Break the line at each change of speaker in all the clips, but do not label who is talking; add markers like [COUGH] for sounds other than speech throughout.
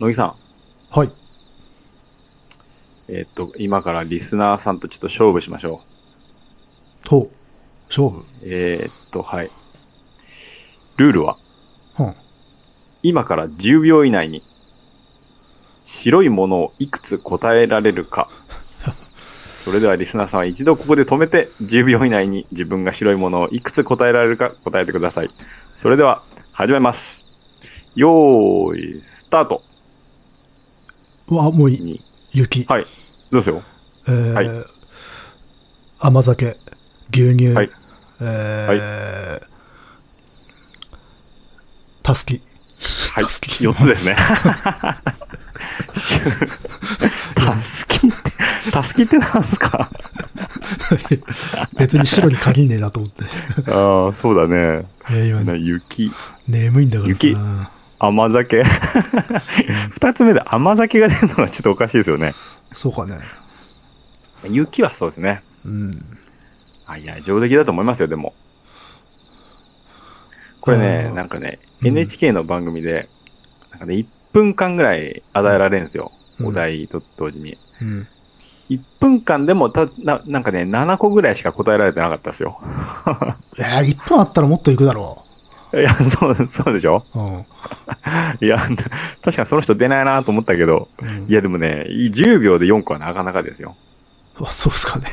野木さ
はい。
ん、えーっと、今からリスナーさんとちょっと勝負しましょ
ほう。勝負。
う。えーっと、はい。ルールは、
うん。
今から10秒以内に、白いものをいくつ答えられるか。それではリスナーさんは一度ここで止めて、10秒以内に自分が白いものをいくつ答えられるか答えてください。それでは、始めます。よーい、スタート。
うわ、もういい。
に
雪。
はい。どうですよ
えー
はい
甘酒。牛乳。
はい
えーたすき。 [LAUGHS]
はい、
たすき
4つです [LAUGHS] ね。たすきって、たすきってなんすか
別に白に限んねえなと思って。 [LAUGHS]
ああ、そうだね。
えー今、
な雪、
眠いんだから
雪
さ。
甘酒。2つ目で甘酒が出るのはちょっとおかしいですよね。
そうかね。
雪はそうですね。
うん。
あいや、上出来だと思いますよ、でも。これね
あ、ー
なんかね、
うん
NHK の番組で、なんかね、1分間ぐらい与えられるんですよ。
うん
お題と同時に。
うん。
1分間でもたな、なんかね、7個ぐらいしか答えられてなかったですよ。
えー、1分あったらもっといくだろ
いや、 [LAUGHS] そう、そうでしょ
う。う
い
ん。
や、確かにその人出ないなと思ったけど、
うん
いや、でもね、10秒で4個はなかなかですよ。
あそうっすかね。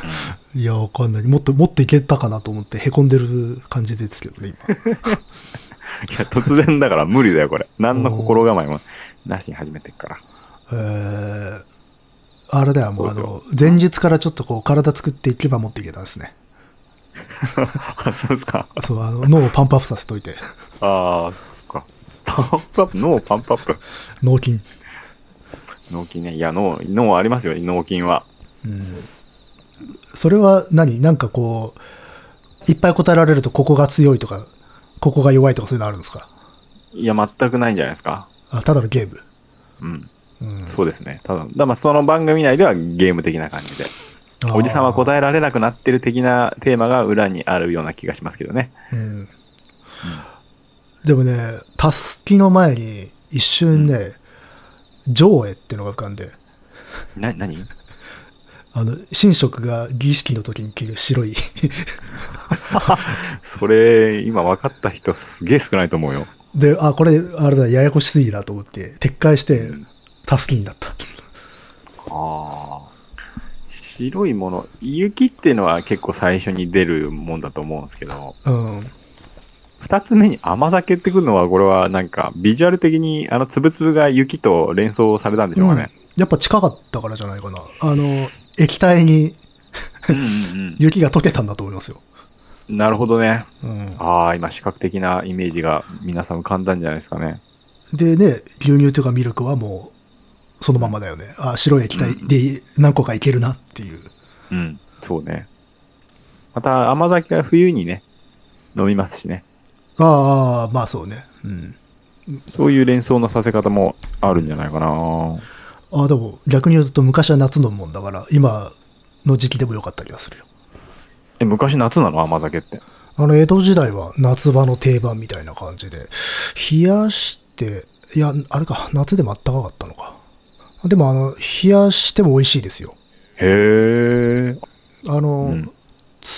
[LAUGHS] いや、わかんない。もっと、もっといけたかなと思って、へこんでる感じですけどね、今。
いや、突然だから無理だよ、これ。何の心構えもなしに始めてっから。
えー、あれだよ、もう、あ
そ
の、前日からちょっとこう、体作っていけば持っていけたんですね。
あ、 [LAUGHS] そうですか。
そう、あの、脳をパンプアップさせといて。 [LAUGHS]
ああ、そっか。パンプアップ、脳パンプアップ。
脳筋。
脳筋ね。いや、脳、脳ありますよ、脳筋は。
うん。それは何なんかこう、いっぱい答えられると、ここが強いとか、ここが弱いとかそういうのあるんですか
いや、全くないんじゃないですか。
あ、ただのゲーム。
うん。
うん。
そうですね。ただ、だまあその番組内ではゲーム的な感じで。おじさんは
え。
答えられなくなってる的なテーマが裏にあるような気がしますけどね。
うん。でもね、たすきの前に、一瞬ね、上絵ってのが浮かんで、
な、何
あの、神職が儀式の時に着る白い
それ、今分かった人すげえ少ないと思うよ。
で、あ、これ、あれだ、ややこしすぎだと思って、撤回して、たすきになった。
ああ。白いもの、雪っていうのは結構最初に出るもんだと思うんですけど、
うん。
二つ目に甘酒ってくるのは、これはなんか、ビジュアル的にあの粒々が雪と連想されたんでしょうかね。
やっぱ近かったからじゃないかな。あの、液体に
うんうん
雪が溶けたんだと思いますよ。
うん。なるほどね。
うん。
ああ、今視覚的なイメージが皆さん浮かんだんじゃないですかね。
でね、牛乳というかミルクはもう、そのままだよね。あ、白い液体で何個かいけるなっていう。
うん、そうね。また甘酒は冬にね、飲みますしね。
ああ、まあそうね。うん。
そういう連想のさせ方もあるんじゃないかな。
ああ、でも逆に言うと昔は夏のもんだから、今の時期でもよかった気がするよ。
え、昔夏なの甘酒って。
あの、江戸時代は夏場の定番みたいな感じで、冷やして、いや、あれか、夏でもあったかかったのか。でも、あの、冷やしても美味しいですよ。
へえ。
あの、
うん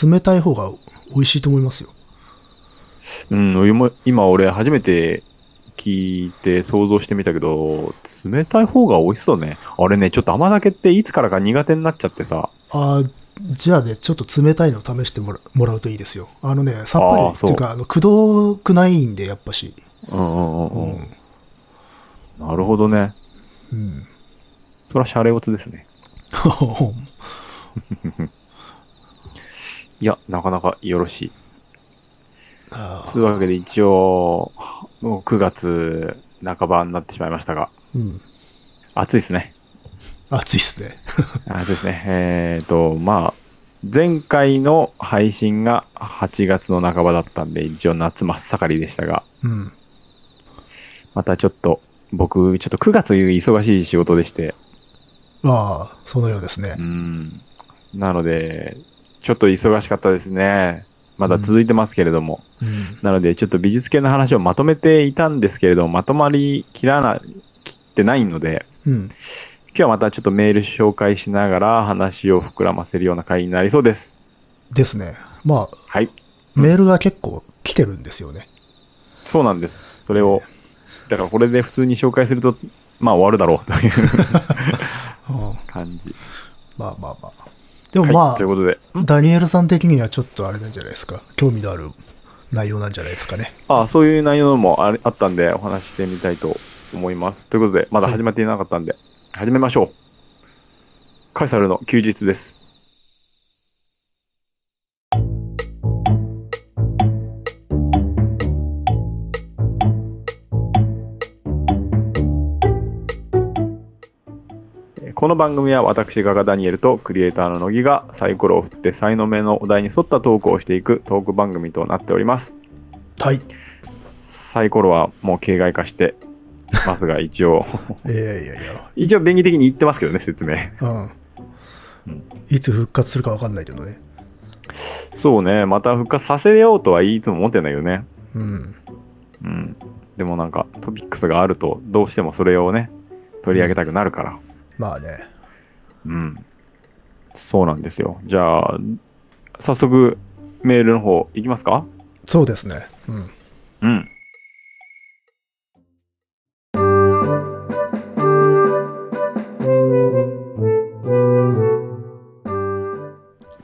冷たい方が美味しいと思いますよ。
うん、今今俺初めて聞いて想像してみたけど、冷たい方が美味しそうね。あれね、ちょっと甘酒っていつからか苦手になっちゃってさ。
あーじゃあね、ちょっと冷たいの試してもらもらうといいですよ。あのね、さっ
あ
ぱ
ー
り、
そ
と
う
いうか、あの、くどくないんで、やっぱし。
うんうん
う
うん
ん。
うん。なるほどね。
うん。
それはシャレオツですね。いや、なかなかよろしい。
あー
というわけで一応、もう9月半ばになってしまいましたが、
[LAUGHS] うん。
暑いですね。
暑いっすね。
暑いですね。えっ、と、まあ、前回の配信が8月の半ばだったんで、一応夏真っ盛りでしたが、
うん。
またちょっと、僕、ちょっと9月忙しい仕事でして、
ああ、そのようですね。
うん。なので、ちょっと忙しかったですね。まだ続いてますけれども。
うん
なので、ちょっと美術系の話をまとめていたんですけれども、まとまりきらな、きってないので、
うん。
今日はまたちょっとメール紹介しながら話を膨らませるような回になりそうです。
ですね。まあ、
はい。
メールが結構来てるんですよね。
そうなんです。それを、だからこれで普通に紹介すると、まあ終わるだろうという [LAUGHS]
うん
感じ。
まあまあまあ。でも
はい、
まあ、
ということで。
ダニエルさん的にはちょっとあれなんじゃないですか。興味のある内容なんじゃないですかね。
ああ、そういう内容のもあれあったんで、お話ししてみたいと思います。ということで、まだ始まっていなかったんで、始めましょう。カエサルの休日です。えーこの番組は私ガガダニエルとクリエイターの乃木がサイコロを振って才能目のお題に沿ったトークをしていくトーク番組となっております。
はい。
サイコロはもう形骸化してますが、一応、 [LAUGHS]
いやいやいや。
一応便宜的に言ってますけどね、説明。
うん
うん。
いつ復活するかわかんないけどね。
そうね、また復活させようとはいつも思ってないよね。
うん。
うん。でもなんか、トピックスがあると、どうしてもそれをね、取り上げたくなるから。
まあね。
うん。そうなんですよ。じゃあ、早速、メールの方、いきますか
そうですね。うん。
うん。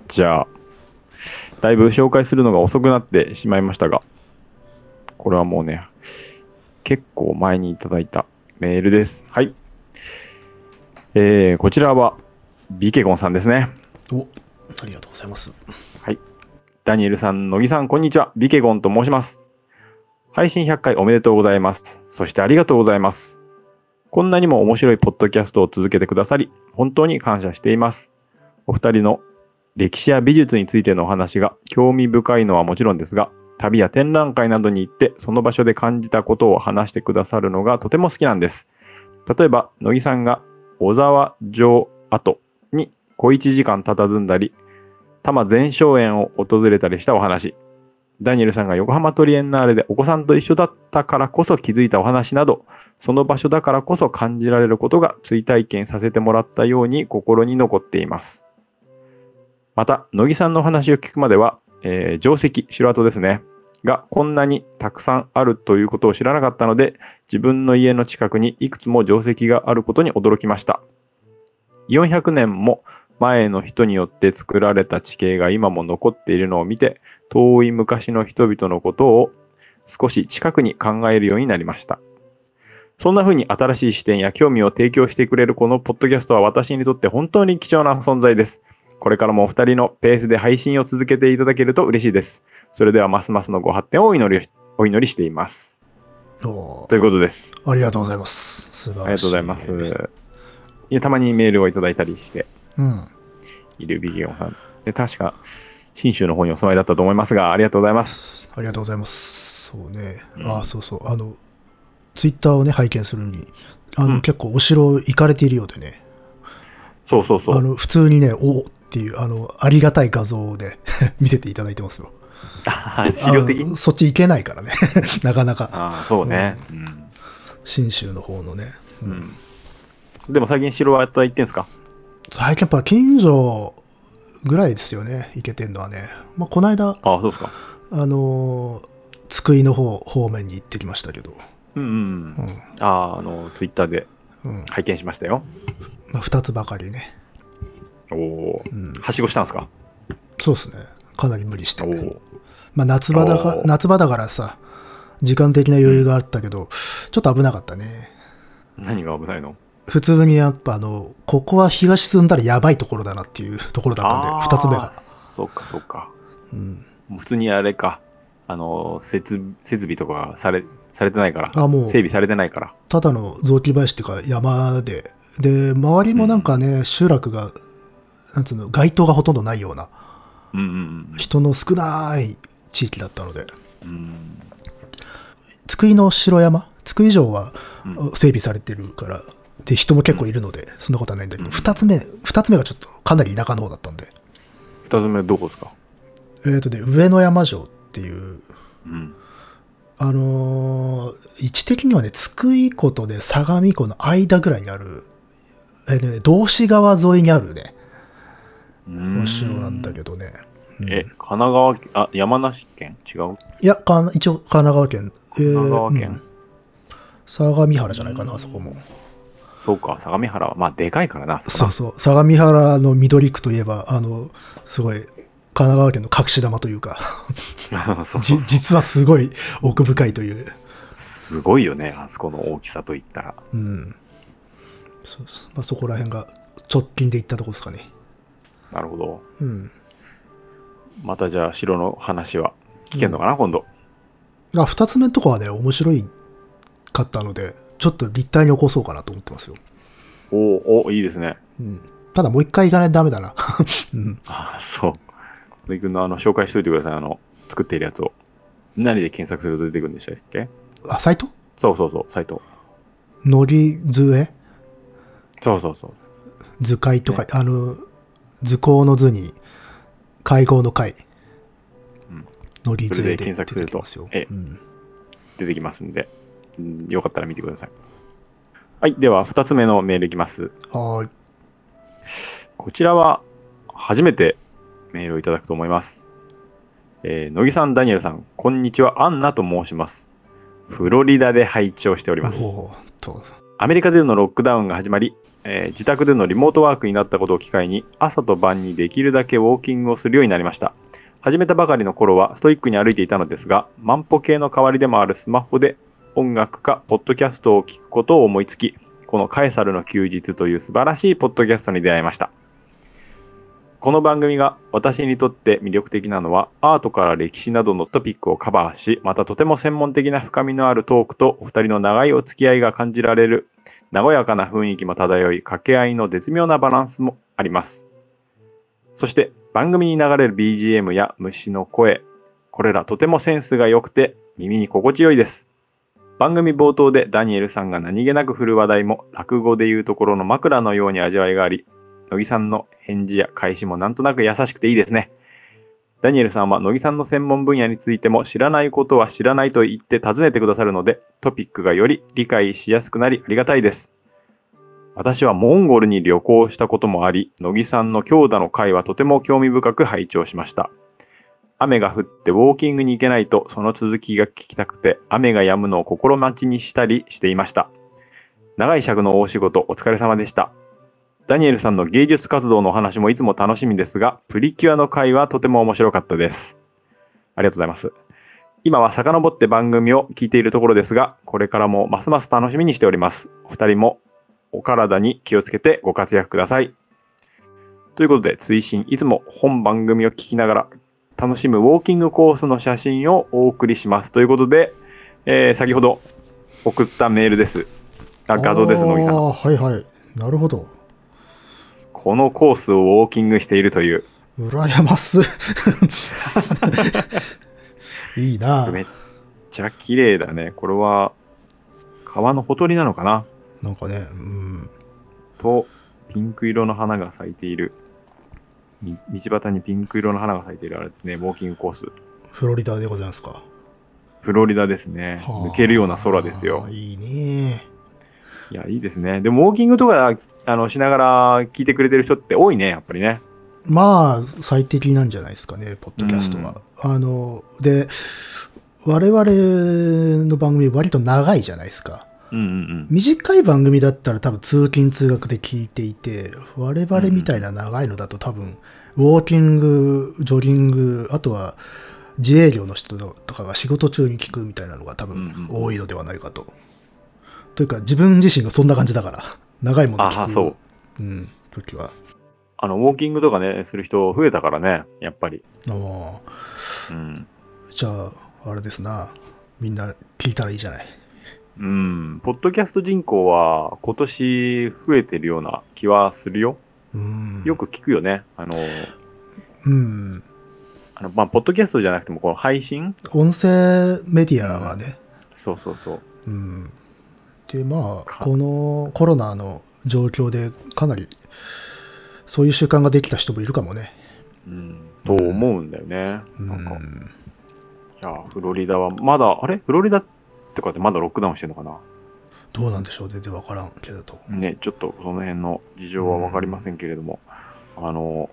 じゃあ、だいぶ紹介するのが遅くなってしまいましたが、これはもうね、結構前にいただいたメールです。はい。えー、こちらは、ビケゴンさんですね。
お、ありがとうございます。
ダニエルさん、乃木さん、こんにちは。ビケゴンと申します。配信100回おめでとうございます。そしてありがとうございます。こんなにも面白いポッドキャストを続けてくださり、本当に感謝しています。お二人の歴史や美術についてのお話が興味深いのはもちろんですが、旅や展覧会などに行って、その場所で感じたことを話してくださるのがとても好きなんです。例えば、乃木さんが小沢城跡に小1時間佇んだり、多摩全商園を訪れたりしたお話ダニエルさんが横浜トリエンナーレでお子さんと一緒だったからこそ気づいたお話などその場所だからこそ感じられることが追体験させてもらったように心に残っていますまた乃木さんのお話を聞くまでは、えー定石城跡ですねがこんなにたくさんあるということを知らなかったので自分の家の近くにいくつも定石があることに驚きました400年も前の人によって作られた地形が今も残っているのを見て、遠い昔の人々のことを少し近くに考えるようになりました。そんな風に新しい視点や興味を提供してくれるこのポッドキャストは私にとって本当に貴重な存在です。これからもお二人のペースで配信を続けていただけると嬉しいです。それではますますのご発展をお祈りしお祈りしています。
お
ということです。
ありがとうございます。素晴らしい。
ありがとうございます。いやたまにメールをいただいたりして、
うん。
いるビギオンさん。で、確か、信州の方にお住まいだったと思いますが、ありがとうございます。
ありがとうございます。そうね。
うん
あそうそう。あの、ツイッターをね、拝見するに、あの、
うん
結構お城行かれているようでね、
そうそうそ
あ
う。
の、普通にね、おっていう、あの、ありがたい画像をね、 [LAUGHS] 見せていただいてますよ。
[LAUGHS] 資料的
あ
に
のそっち行けないからね、 [LAUGHS] なかなか、
ああ、そうね。
信州の方のね。う
うんん。うん。でも最近城はやった行ってんすか
最近やっぱ近所ぐらいですよね、行けてんのはね。まあ、この間、
ああ、そうですか。
あのー、津久井の方、方面に行ってきましたけど、
うんうん。
う
うんん、ああ、あの、ツイッターで
うん。
拝見しましたよ。
まあ、二つばかりね。
おお
う。ん。
はしごしたんすか
そうですね。かなり無理して
お。お。
まあ、夏場だか
お、ー
夏場だからさ、時間的な余裕があったけど、ちょっと危なかったね。
何が危ないの
普通にやっぱあの、ここは日が沈んだらやばいところだなっていうところだったん
あ
で、
あ
二つ目が。
そっかそっか。
うん。
もう普通にあれか。あの、設設備とかがされ、されてないから。
あ、もう、
整備されてないから。
ただの雑木林っていうか山で、で、周りもなんかね、集落が、なんつうの、街灯がほとんどないような、
うんうん
人の少ない地域だったので、
うん。うん
津久井の城山、津久井城は
うん
整備されてるから、で、人も結構いるので、そんなことはないんだけど、二つ目、二つ目がちょっとかなり田舎の方だったんで、
二つ目どこですか
えっ、とね、上野山城っていう、
うん。
あのと、位置的にはね、津久井湖とね、相模湖の間ぐらいにある、えーね、道志川沿いにあるね、
うん
お城なんだけどね。うん
え、神奈川県、あ、山梨県違う
いや、かな一応、神奈川県。えー
神奈川県
うん相模原じゃないかな、あそこも。
そうか、相模原は、まあ、でかいからな、そこ
そ
な
うそう。相模原の緑区といえば、あの、すごい、神奈川県の隠し玉というか、
[LAUGHS] そうそ
じ
うそう
実はすごい奥深いという。
すごいよね、あそこの大きさといったら。
うん。そうそうまあ、そこら辺が直近で行ったとこですかね。
なるほど。
うん。
またじゃあ、城の話は聞けんのかな、今度。
あ、二つ目のとこはね、面白いかったので、ちょっと立体に起こそうかなと思ってますよ。
おお、おいいですね。
うん。ただもう一回行かないとダメだな。 [LAUGHS] うん。
あそう。野井君のあの、紹介しといてください、あの、作っているやつを。何で検索すると出てくるんでしたっけ
あ、サイト
そうそうそう、サイト。
のり図絵
そうそうそう。
図解とか、あの、図工の図に、会合の会。
うん
のり図絵で
それで検索すると
出てきますよ。
ええ
うん。
出てきますんで、うんよかったら見てください。はい、では、2つ目のメールいきます。
はーい。
こちらは初めてメールをいただくと思います。えー、乃木さん、ダニエルさん、こんにちは、アンナと申します。フロリダで拝聴しております。
おーっと。
アメリカでのロックダウンが始まり、えー自宅でのリモートワークになったことを機会に、朝と晩にできるだけウォーキングをするようになりました。始めたばかりの頃はストイックに歩いていたのですが、万歩計の代わりでもあるスマホで音楽かポッドキャストを聞くことを思いつき、このカエサルの休日という素晴らしいポッドキャストに出会いました。この番組が私にとって魅力的なのはアートから歴史などのトピックをカバーし、またとても専門的な深みのあるトークとお二人の長いお付き合いが感じられる和やかな雰囲気も漂い、掛け合いの絶妙なバランスもあります。そして、番組に流れる BGM や虫の声、これらとてもセンスが良くて耳に心地よいです。番組冒頭でダニエルさんが何気なく振る話題も落語でいうところの枕のように味わいがあり、乃木さんの返事や返しもなんとなく優しくていいですね。ダニエルさんは乃木さんの専門分野についても知らないことは知らないと言って尋ねてくださるので、トピックがより理解しやすくなりありがたいです。私はモンゴルに旅行したこともあり、乃木さんの強打の会はとても興味深く拝聴しました。雨が降ってウォーキングに行けないとその続きが聞きたくて、雨が止むのを心待ちにしたりしていました。長い尺の大仕事お疲れ様でした。ダニエルさんの芸術活動のお話もいつも楽しみですが、プリキュアの会はとても面白かったです。ありがとうございます。今は遡って番組を聞いているところですが、これからもますます楽しみにしております。お二人もお体に気をつけてご活躍ください。ということで、追伸いつも本番組を聞きながら楽しむウォーキングコースの写真をお送りします。ということで、えー先ほど送ったメールです。あ画像です、
あー
野木さん。
はいはい。なるほど。
このコースをウォーキングしているという、
羨ま
[LAUGHS]
すいいな
めっちゃ綺麗だね。これは、川のほとりなのかな
なんかね、うん。
と、ピンク色の花が咲いている。み道端にピンク色の花が咲いているあれですね、ウォーキングコース。
フロリダでございますか。
フロリダですね。
はあ
抜けるような空ですよ
あ。ーいいね。
いや、いいですね。でも、ウォーキングとか、あの、しながら聞いてくれてる人って多いね、やっぱりね。
まあ、最適なんじゃないですかね、ポッドキャストは。あの、で、我々の番組割と長いじゃないですか。
うんうん
短い番組だったら多分通勤通学で聞いていて、我々みたいな長いのだと多分、ウォーキング、ジョギング、あとは自営業の人とかが仕事中に聞くみたいなのが多分
うんうん
多いのではないかと。というか、自分自身がそんな感じだから、長いもの
あ
聞
あ
く。
そう。
うん、時は。
あの、ウォーキングとかね、する人増えたからね、やっぱり。
ああ、
うん。
じゃあ、あれですな。みんな聞いたらいいじゃない。
うん、ポッドキャスト人口は今年増えてるような気はするよ。
うん。
よく聞くよね。あの、
うん。
あのまあ、ポッドキャストじゃなくても、この配信
音声メディアがね、
そうそうそう。
うん。で、まあ、
か
このコロナの状況でかなり、そういう習慣ができた人もいるかもね。
うん、と思うんだよね。
うん
なんか、いや、フロリダは、まだ、あれフロリダとかってまだロックダウンしてるのかな
どうなんでしょう全然分からんけれ
[LAUGHS]
ど。
ね、ちょっとその辺の事情は分かりませんけれども、あの、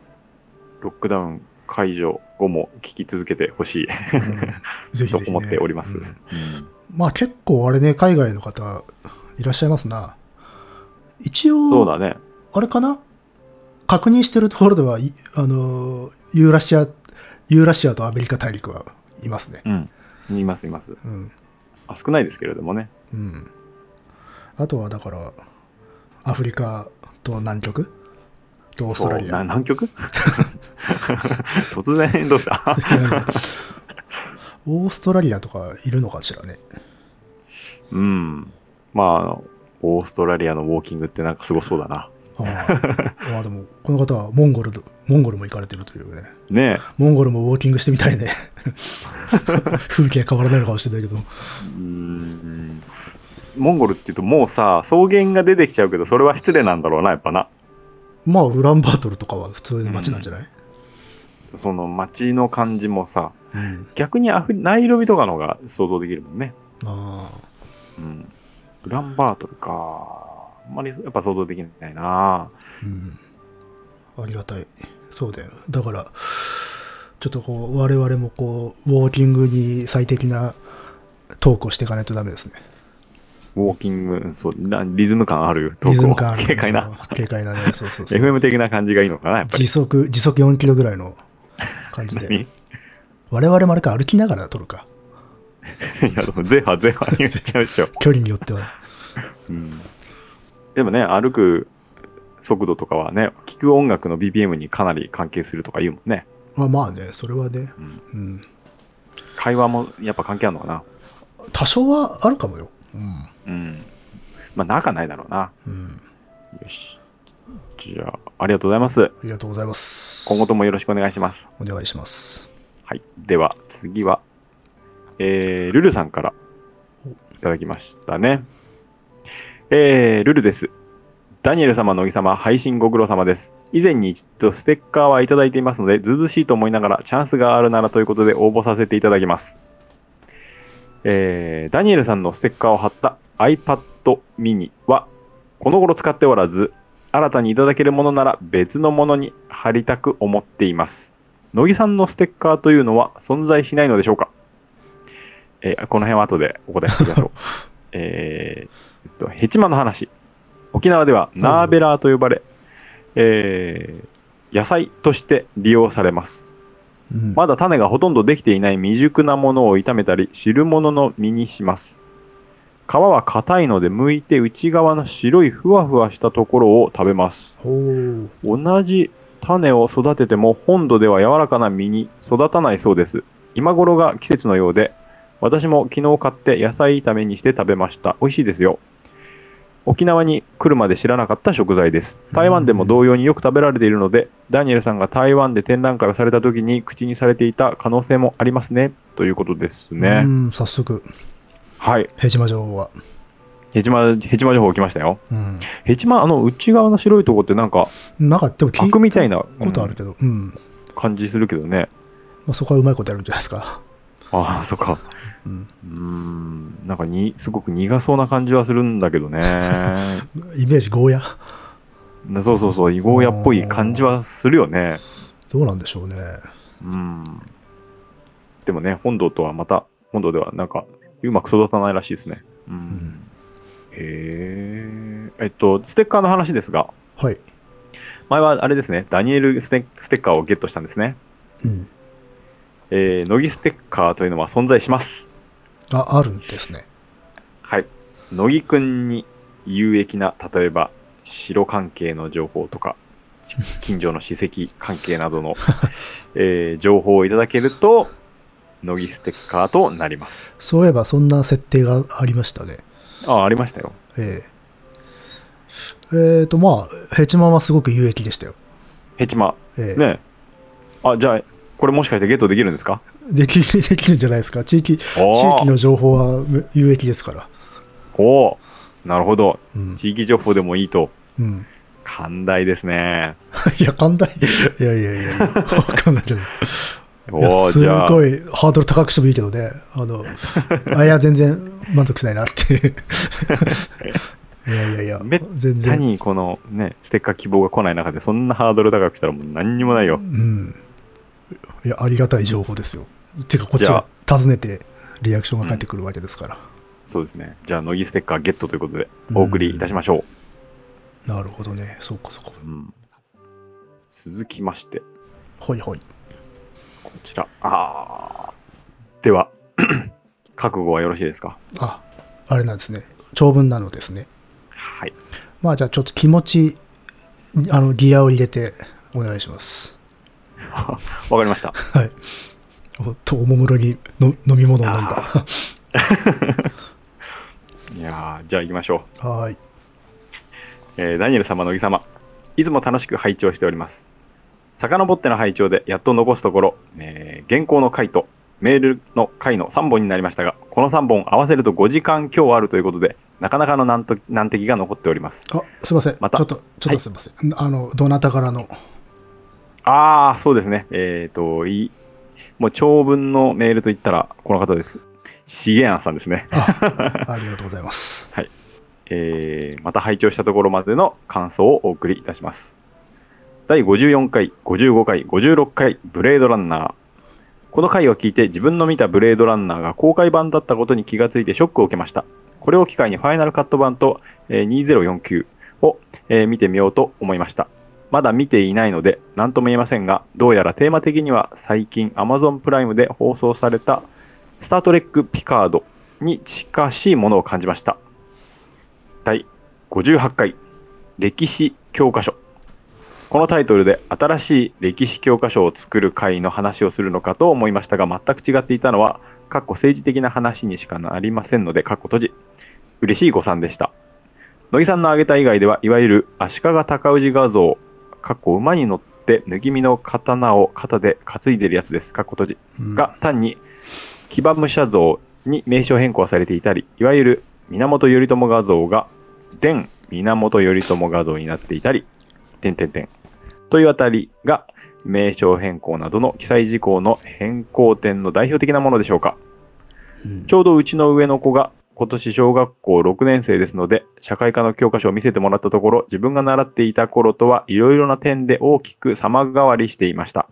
ロックダウン解除後も聞き続けてほしい
うんぜひ
と
ぜひ、ね。
思っております。
うん
うん
まあ結構あれね、海外の方いらっしゃいますな。一
そう
応、
だね。
あれかな確認してるところでは、いあのー、ユーラシア、ユーラシアとアメリカ大陸はいますね。
うん。います、います。
うん。
あ少ないですけれどもね。
うん。あとはだから、アフリカと南極とオーストラリ
そうな
ア。
南極 [LAUGHS] 突然どうした
[LAUGHS] オーストラリアとかいるのかしらね。
うん。まああの、オーストラリアのウォーキングってなんかすごそうだな。
ああああでも、この方はモンゴルと、モンゴルも行かれてるというね。
ね
モンゴルもウォーキングしてみたいね。 [LAUGHS] 風景変わらないのかもしれないけど。
え。うん。モンゴルっていうともうさ、草原が出てきちゃうけど、それは失礼なんだろうな、やっぱな。
まあ、ウランバートルとかは普通の街なんじゃない、
その街の感じもさ、
うん、
逆にアフリナイロビとかの方が想像できるもんね。
ああ。
うん。ウランバートルか。あんまりやっぱ想像できないな。
うん。ありがたい。そうだよ。だから、ちょっとこう、我々もこう、ウォーキングに最適なトークをしていかないとダメですね。
ウォーキング、そう、なリズム感あるト
リズム
ー
感
ク
あ
を。
る
軽快な。。
軽快な
[LAUGHS]
ね。そうそうそう。
FM 的な感じがいいのかな、やっぱり。 [LAUGHS]
時速、時速4キロぐらいの感じ
何
で
い。
我々もあれか歩きながら撮るか。
や、でもゼハゼハ言っちゃうでしょ。
距離によっては。
うん [LAUGHS] でもね、歩く速度とかはね、聴く音楽の BPM にかなり関係するとか言うもんね。
まあまあね、それはね。
うん
うん。
会話もやっぱ関係あるのかな。
多少はあるかもよ。うん。
うん。まあ、仲ないだろうな。
うん。
よし。じゃあ、ありがとうございます。
ありがとうございます。
今後ともよろしくお願いします。
お願いします。
はい。では、次は、えー、ルルさんから
お
いただきましたね。えー、ルルです。ダニエル様、乃木様、配信ご苦労様です。以前に一度ステッカーはいただいていますので、ずうずうしいと思いながら、チャンスがあるならということで応募させていただきます。えー、ダニエルさんのステッカーを貼った iPad mini は、この頃使っておらず、新たにいただけるものなら別のものに貼りたく思っています。乃木さんのステッカーというのは存在しないのでしょうか、えーこの辺は後でお答えしてみましょう。えーえっと、ヘチマの話。沖縄ではナーベラーと呼ばれ、えー野菜として利用されます。
うん
まだ種がほとんどできていない未熟なものを炒めたり、汁物の実にします。皮は硬いので剥いて内側の白いふわふわしたところを食べます。
ほう。
同じ種を育てても本土では柔らかな実に育たないそうです今頃が季節のようで私も昨日買って野菜炒めにして食べました美味しいですよ沖縄に来るまで知らなかった食材です台湾でも同様によく食べられているのでダニエルさんが台湾で展覧会をされた時に口にされていた可能性もありますねということですね、
うん、早速、
はい
平島城は。
ヘチマヘチマ情報来ましたよ
うん。
ヘチマあの内側の白いとこってなんか
なんか、でも聞
アクみたい
い
な
たことあるけど、う
う
ん。ま
ん感じするけどね
あ、そこはうまいことやるんじゃないですか。
ああそっか
うん。
うーんなんかに、すごく苦そうな感じはするんだけどね。
イメージゴーヤ。
なそうそうそう、イゴーヤっぽい感じはするよね。
どうなんでしょうね。
うん。でもね、本土とはまた、本土ではなんか、うまく育たないらしいですね。うん。
ん
へえ。えっと、ステッカーの話ですが、
はい。
前はあれですね、ダニエルステステッカーをゲットしたんですね。
うん。
えー、乃木ステッカーというのは存在します。
あ、あるんですね。
はい。乃木くんに有益な、例えば、城関係の情報と
[LAUGHS]
か、し近所の史跡関係などの、えー情報をいただけると、乃木ステッカーとなります。
そういえば、そんな設定がありましたね。
ああ、ありましたよ。
えええーと、まあ、ヘチマはすごく有益でしたよ。
ヘチマ。
ええ
ねあ、じゃあ、これもしかしてゲットできるんですか
でき、できるん [LAUGHS] じゃないですか。地域、地
おー
域の情報はむ有益ですから。
おーなるほど。
うん。
地域情報でもいいと。
うん、 [LAUGHS]
寛大ですね。
いや、寛大。いやいやいや、わかんないけど。いや
おお
す
じゃあ、
ごいハードル高くしてもいいけどね、あ
[LAUGHS]
のあいや、全然満足しないなっていう。いやいやいや、
めっ
全
他
然。
にこのね、ステッカー希望が来ない中で、そんなハードル高くしたらもう何にもないよ
う。ん、いや、ありがたい情報ですよ。ていうか、こっち
じゃ
は尋ねて、リアクションが返ってくるわけですから。
そうですね。じゃあ、乃木ステッカーゲットということで、お送りいたしましょ
なるほどね、そうかそうか。
う。うん続きまして、
ほいほい。
こちら。あーでは、 [CLEARS THROAT] 覚悟はよろしいですか
あ、あれなんですね。長文なのですね。
はい。
まあ、じゃあ、ちょっと気持ち、あの、ギアを入れて、お願いします。
わかりました。
はい。おっと、おもむろにの飲み物を飲んだ。
いやーじゃあ行きましょう。
はい。
えーダニエル様、乃木様、いつも楽しく拝聴しております。遡っての拝聴でやっと残すところ、えー原稿の回とメールの回の3本になりましたが、この3本合わせると5時間強あるということで、なかなかの難と難敵が残っております。
あ、すいません。
また
ちょっと、ちょっとすいません。あの、どなたからの。
あー、そうですね。えっ、と、いい、もう長文のメールといったら、この方です。しげやんさんですね。
あ、ありがとうございます。
えーまた拝聴したところまでの感想をお送りいたします。第54回、55回、56回、ブレードランナー。この回を聞いて自分の見たブレードランナーが公開版だったことに気がついてショックを受けました。これを機会にファイナルカット版と、えー2049を、えー見てみようと思いました。まだ見ていないので何とも言えませんが、どうやらテーマ的には最近 Amazon プライムで放送されたスタートレックピカードに近しいものを感じました。第58回歴史教科書このタイトルで新しい歴史教科書を作る会の話をするのかと思いましたが全く違っていたのはかっこ政治的な話にしかなりませんのでかっこ閉じ嬉しい誤算でした乃木さんの挙げた以外ではいわゆる足利尊氏画像かっこ馬に乗って脱ぎ身の刀を肩で担いでるやつですかっこ閉じ
うん
が単に騎馬武者像に名称変更されていたりいわゆる源頼朝画像が伝源頼朝画像になっていたり点点点というあたりが名称変更などの記載事項の変更点の代表的なものでしょうか
うん
ちょうどうちの上の子が今年小学校6年生ですので、社会科の教科書を見せてもらったところ、自分が習っていた頃とはいろいろな点で大きく様変わりしていました。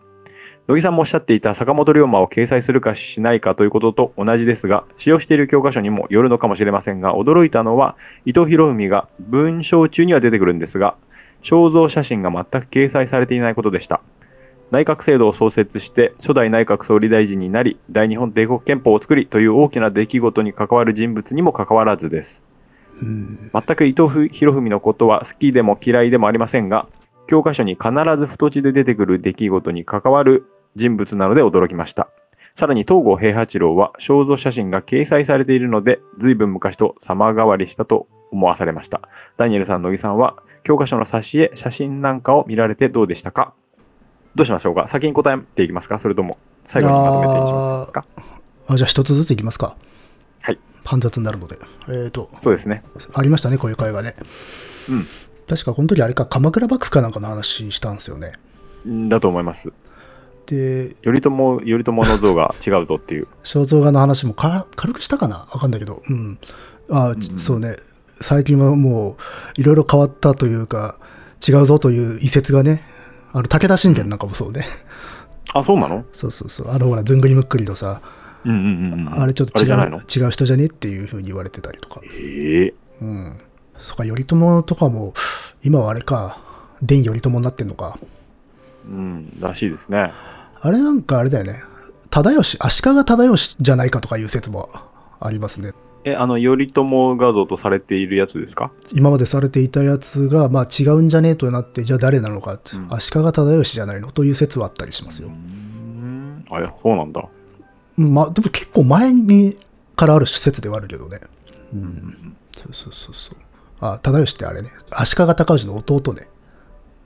乃木さんもおっしゃっていた坂本龍馬を掲載するかしないかということと同じですが、使用している教科書にもよるのかもしれませんが、驚いたのは伊藤博文が文章中には出てくるんですが、肖像写真が全く掲載されていないことでした。内閣制度を創設して初代内閣総理大臣になり大日本帝国憲法を作りという大きな出来事に関わる人物にも関わらずです
うん
全く伊藤博文のことは好きでも嫌いでもありませんが教科書に必ず太字で出てくる出来事に関わる人物なので驚きましたさらに東郷平八郎は肖像写真が掲載されているので随分昔と様変わりしたと思わされましたダニエルさん乃木さんは教科書の挿絵写真なんかを見られてどうでしたかどうしましょうか先に答えていきますかそれとも最後にまとめていきますか
あ、じゃあ一つずついきますか。
はい。
煩雑になるので。えっ、と、
そうですね
ありましたね、こういう会話ね。
うん
確かこの時あれか、鎌倉幕府かなんかの話したんですよね。
んだと思います
で、
頼朝頼朝の像が違うぞっていう
肖像画の話もか軽くしたかなわかんないけど。うん。あ、そうね。最近はもう、いろいろ変わったというか、違うぞという遺説がね、あの、武田信玄なんかもそうね。
あそうなの
そうそうそう。あの、ほら、ずんぐりむっくりとさ、
うんうんうんうん
あれちょっと
あれ
違
じ
う
ゃないの
違う人じゃねっていうふうに言われてたりとか。
ええ
うん。そっか、頼朝とかも、今はあれか、伝頼朝になってんのか。
うんらしいですね
あれなんかあれだよね。忠義、足利忠義じゃないかとかいう説もありますね。
えあの頼朝画像とされているやつですか
今までされていたやつが、まあ違うんじゃねえとなって、じゃあ誰なのかって、
うん
足利忠義じゃないのという説はあったりしますよ。
うんあいやそうなんだ
まあでも結構前にからある説ではあるけどね。うん。そうそうそうそう。あ、忠義ってあれね。足利尊氏の弟ね。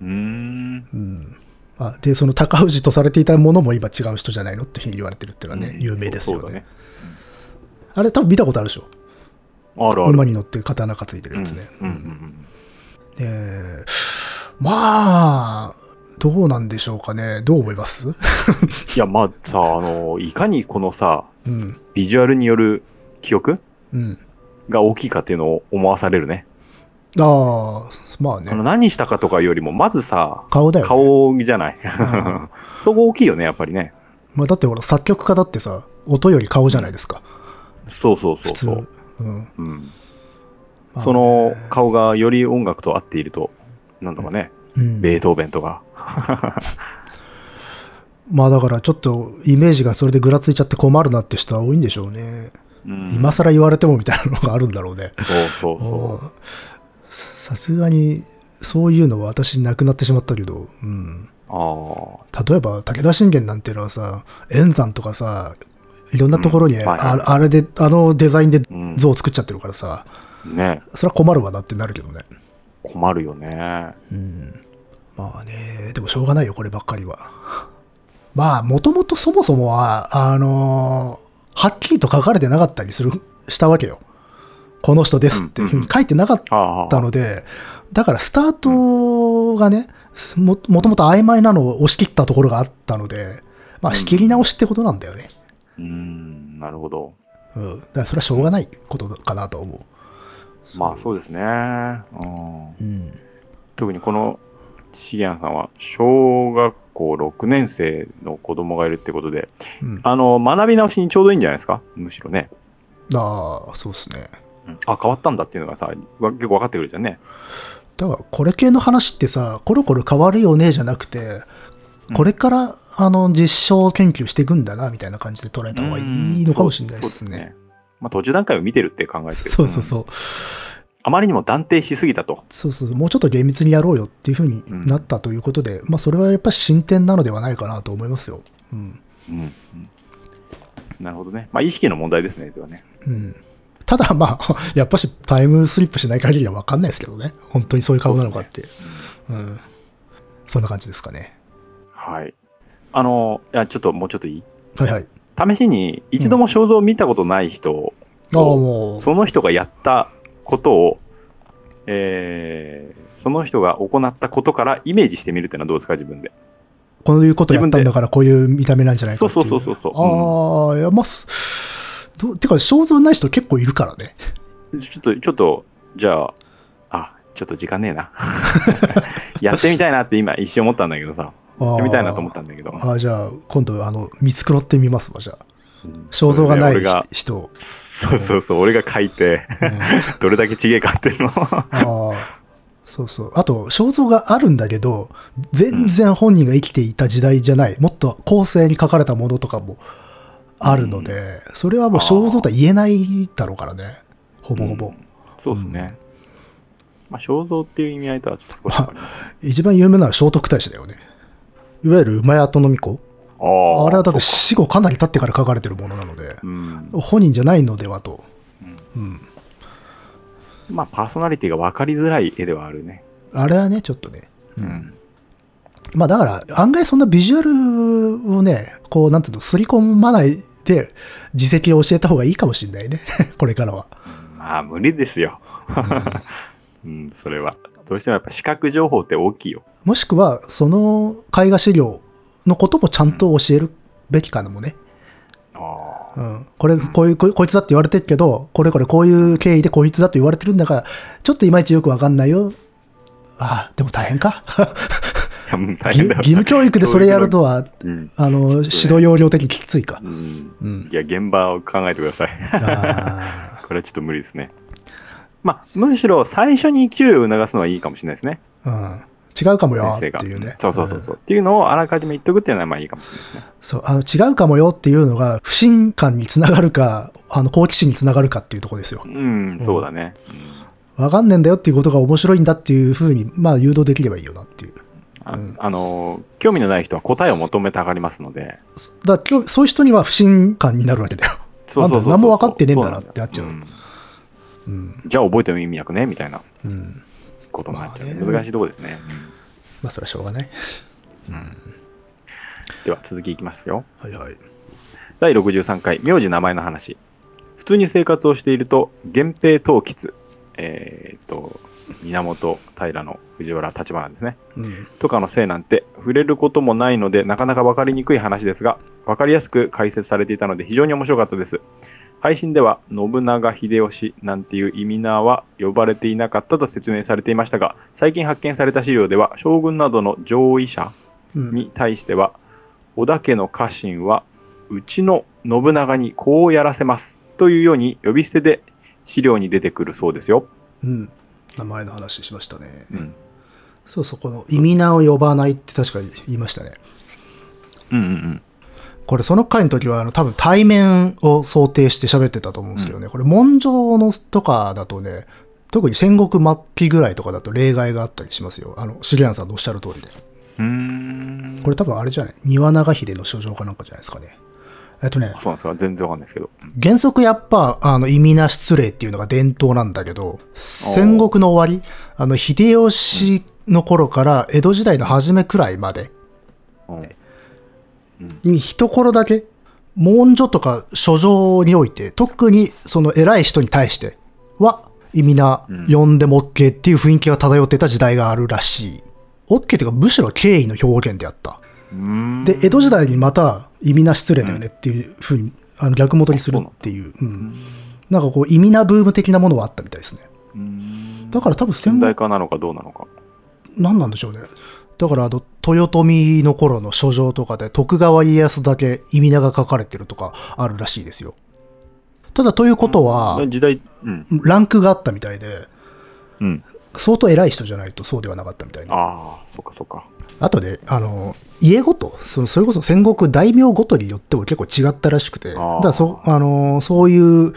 うーん
あで、その高氏とされていたものも今違う人じゃないのっていうふうに言われてるっていうのはね、
うん
有名ですよ
そう
ね
だね
あれ多分見たことあるでしょ。
あるある
馬に乗って刀がついてるやつね。
うんうんうん
えーまあ、どうなんでしょうかね。どう思います [LAUGHS]
いや、まあさ、あの、いかにこのさ、
うん。
ビジュアルによる記憶
うん。
が大きいかっていうのを思わされるね。
ああ、まあ
あの
ね。
何したかとかよりも、まずさ、
顔だよ、ね。
顔じゃない。 [LAUGHS] そこ大きいよね、やっぱりね。
まあ、だってほら、作曲家だってさ、音より顔じゃないですか。
そうそうそ
普
う
通。
そう。
うん。
うん
まあ
そ、の顔がより音楽と合っていると、なんとかね、
うん
ベートーベンとか。
まあだからちょっとイメージがそれでぐらついちゃって困るなって人は多いんでしょうね。
うん
今更言われてもみたいなのがあるんだろうね。
そうそう
お
そ
ーささすがに、そういうのは私なくなってしまったけど、うん。
う。あ
例えば武田信玄なんていうのはさ、円山とかさ、いろんなところに、
うんはいはい
ああれで、あのデザインで
うん
像を作っちゃってるからさ、
あ、ね、
それは困るわなってなるけどね。
困るよね。
うん。まあね、でもしょうがないよ、こればっかりは。まあ、もともとそもそもは、あのーはっきりと書かれてなかったりする、したわけよ。この人ですっていうふうに書いてなかっ
ああ、
たので、だからスタートがね、も、もともと曖昧なのを押し切ったところがあったので、まあ、仕切り直しってことなんだよね。
うん、なるほど。
うん。だからそれはしょうがないことかなと思
まあそうですね。うん
う。うん。
特にこのシゲアンさんは小学校6年生の子供がいるってことで、
うん、あ
あの、学び直しにちょうどいいんじゃないですかむしろね。
あ、そうですね。
あ、変わったんだっていうのがさ、わ結構分かってくるじゃんね。
だからこれ系の話ってさコロコロ変わるよねじゃなくてこれから、あの実証研究していくんだなみたいな感じで捉えた方がいいのかもしれないです
そうそう
ね。
まあ途中段階を見てるって考えてる。
そうそ
う
う
ん。
そう
あまりにも断定しすぎたと。
そうそうもうちょっと厳密にやろうよっていうふうになったということで、まあそれはやっぱ進展なのではないかなと思いますよ。うん
うん。なるほどね。まあ意識の問題ですね、ではね。
うん、ただまあ [LAUGHS] やっぱしタイムスリップしない限りは分かんないですけどね本当にそういう顔なのかってうん、そんな感じですかね。
はい。あの、いや、ちょっともうちょっといい
はいはい。
試しに一度も肖像を見たことない人を、
ああもう
その人がやったことを、えー、その人が行ったことからイメージしてみるってのはどうですか自分で。
こういうことやったんだからこういう見た目なんじゃないかってい
そうそうそうそうそう
ああ、いや、まあ、すどうてか、肖像ない人結構いるからね。
ちょっと、ちょっと、じゃあ、あ、ちょっと時間ねえ
[LAUGHS]
な。やってみたいなって今一瞬思ったんだけどさ。やってみたいなと思ったんだけど。
あーあー、じゃあ、今度、あの、見繕ってみますわ、じゃあ。
うん
肖像がな
そ
い
れで俺が
人を。
そうそうそう、俺が書いて、
うんあ
どれだけちげえかっていうのを。
ーそうそう。あと、肖像があるんだけど、全然本人が生きていた時代じゃない、もっと後世に書かれたものとかもあるので、それはもう肖像とは言えないだろうからね。ほぼほぼ。
うんそうですね。まあ、肖像っていう意味合いとはちょっと少し変わりますね。
一番有名なのは聖徳太子だよね。いわゆる馬屋と飲み子。
あー
あれはだっ
そ
て死後かなり経ってから書かれてるものなので
う、うん。
本人じゃないのではと。
まあ、パーソナリティが分かりづらい絵ではあるね。
あれはね、ちょっとね。
うん。
まあだから、案外そんなビジュアルをね、こう、なんていうの、すり込まないで、自責を教えた方がいいかもしれないね。 [LAUGHS] これからは。
まあ、無理ですよ。 [LAUGHS] うん、それは。どうしてもやっぱ視覚情報って大きいよ。
もしくは、その絵画資料のこともちゃんと教えるべきかもね。
あ
うん。これ、こういう、こいこいつだって言われてるけど、これこれこういう経緯でこいつだと言われてるんだから、ちょっといまいちよくわかんないよ。ああ、でも大変か。
あ。いや大
義
変だ
義務教育でそれやるとは、
うん。
あの、指導要領的にきついか
う。ん。
うん。
いや、現場を考えてください。
あ
[LAUGHS] これはちょっと無理ですね。まあ、むしろ最初に注意を促すのはいいかもしれないですね。
ーうん。違うかもよっ
先生
て
が。
いうね。
そうそうそうそうう。っていうのをあらかじめ言っとくっていうのはまあいいかもしれないですね。
ん。そう、あの、違うかもよっていうのが、不信感につながるか、あの、好奇心につながるかっていうところですよ。
うん、そうだね。うん
わかんねえんだよっていうことが面白いんだっていうふうに、まあ、誘導できればいいよなっていう。
ああのー、興味のない人は答えを求めたがりますので。
そだから今日、そういう人には不信感になるわけだよ。
そうそうそうそう。
なんだ何も分かってねえんだなってなっちゃう。
ん
うん。
じゃあ覚えても意味なくねみたいな
うん。
ことになっちゃうね。
まあね
難しいとこですね。
まあ、それはしょうがない。
うんでは続きいきますよ。
はいはい。
第63回、名字名前の話。普通に生活をしていると、源平凍結。えーっと、源平の藤原立花ですね。
うん。
とかのせいなんて触れることもないのでなかなか分かりにくい話ですが分かりやすく解説されていたので非常に面白かったです配信では信長秀吉なんていう意味名は呼ばれていなかったと説明されていましたが最近発見された資料では将軍などの上位者
うん、
に対しては織田家の家臣はうちの信長にこうやらせますというように呼び捨てで資料に出てくるそうですよ、
うん。名前の話しましたね。
うん、
そうそう、この意味名を呼ばないって確か言いましたね。
うんうん
これその回の時はあの多分対面を想定して喋ってたと思うんですけどね、これ文章のとかだとね、特に戦国末期ぐらいとかだと例外があったりしますよ。あの、シリアンさんのおっしゃる通りで。
うんうーん
これ多分あれじゃない庭長秀の書状かなんかじゃないですかね。えっとね、
そうなんですか全然わかんないですけど
原則やっぱ、あの、意味な失礼っていうのが伝統なんだけど、戦国の終わり、あの、秀吉の頃から江戸時代の初めくらいまで
うん
に一頃だけ、文書とか書状において、特にその偉い人に対しては、意味な、
うん
呼んでも OK っていう雰囲気が漂ってた時代があるらしい。OK っていうか、むしろ敬意の表現であった。で、江戸時代にまた、意味な失礼だよねっていうふうに、あの逆元にするっていう、うん。なんかこう、意味なブーム的なものはあったみたいですね。だから多分戦
仙
後
台化なのかどうなのか。
何なんでしょうね。だからあの、豊臣の頃の書状とかで徳川家康だけ意味名が書かれてるとかあるらしいですよ。ただということは、
時代、うん。
ランクがあったみたいで、
うん。
相当偉い人じゃないとそうではなかったみたいな。
ああ、そっかそっか。
あとで、あの、家ごと、そのそれこそ戦国大名ごとによっても結構違ったらしくて、だ
あー
からそあのそういう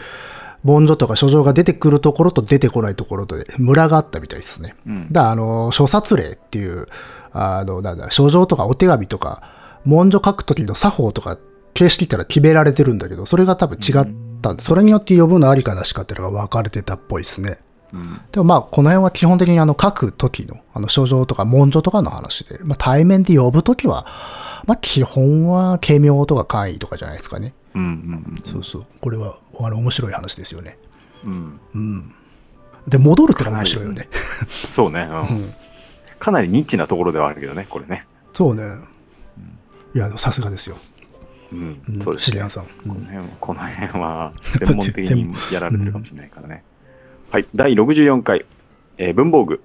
文書とか書状が出てくるところと出てこないところとで、ムラがあったみたいですね。
うん
だからあの、諸殺令っていう、あの、なんだ、書状とかお手紙とか、文書書くときの作法とか、形式ってのは決められてるんだけど、それが多分違ったんで、それによって呼ぶのありかなしかっていうのが分かれてたっぽいですね。
うん。
でもまあ、この辺は基本的にあの、書くときの、あの、書状とか文書とかの話で、まあ、対面で呼ぶときは、まあ、基本は、軽妙とか簡易とかじゃないですかね。
うんうん
そうそう。これは、あの、面白い話ですよね。
うん。うん。
で、戻るってのは面白いよね。
そうね。うん。かなりニッチなところではあるけどね、これね。
そうね。いや、でもさすがですよ。
うん
う。ん
そうです
シリ
ね。
アンさん。うん
この辺この辺は、専門的にやられてるかもしれないからね。はい。第64回、えー文房具。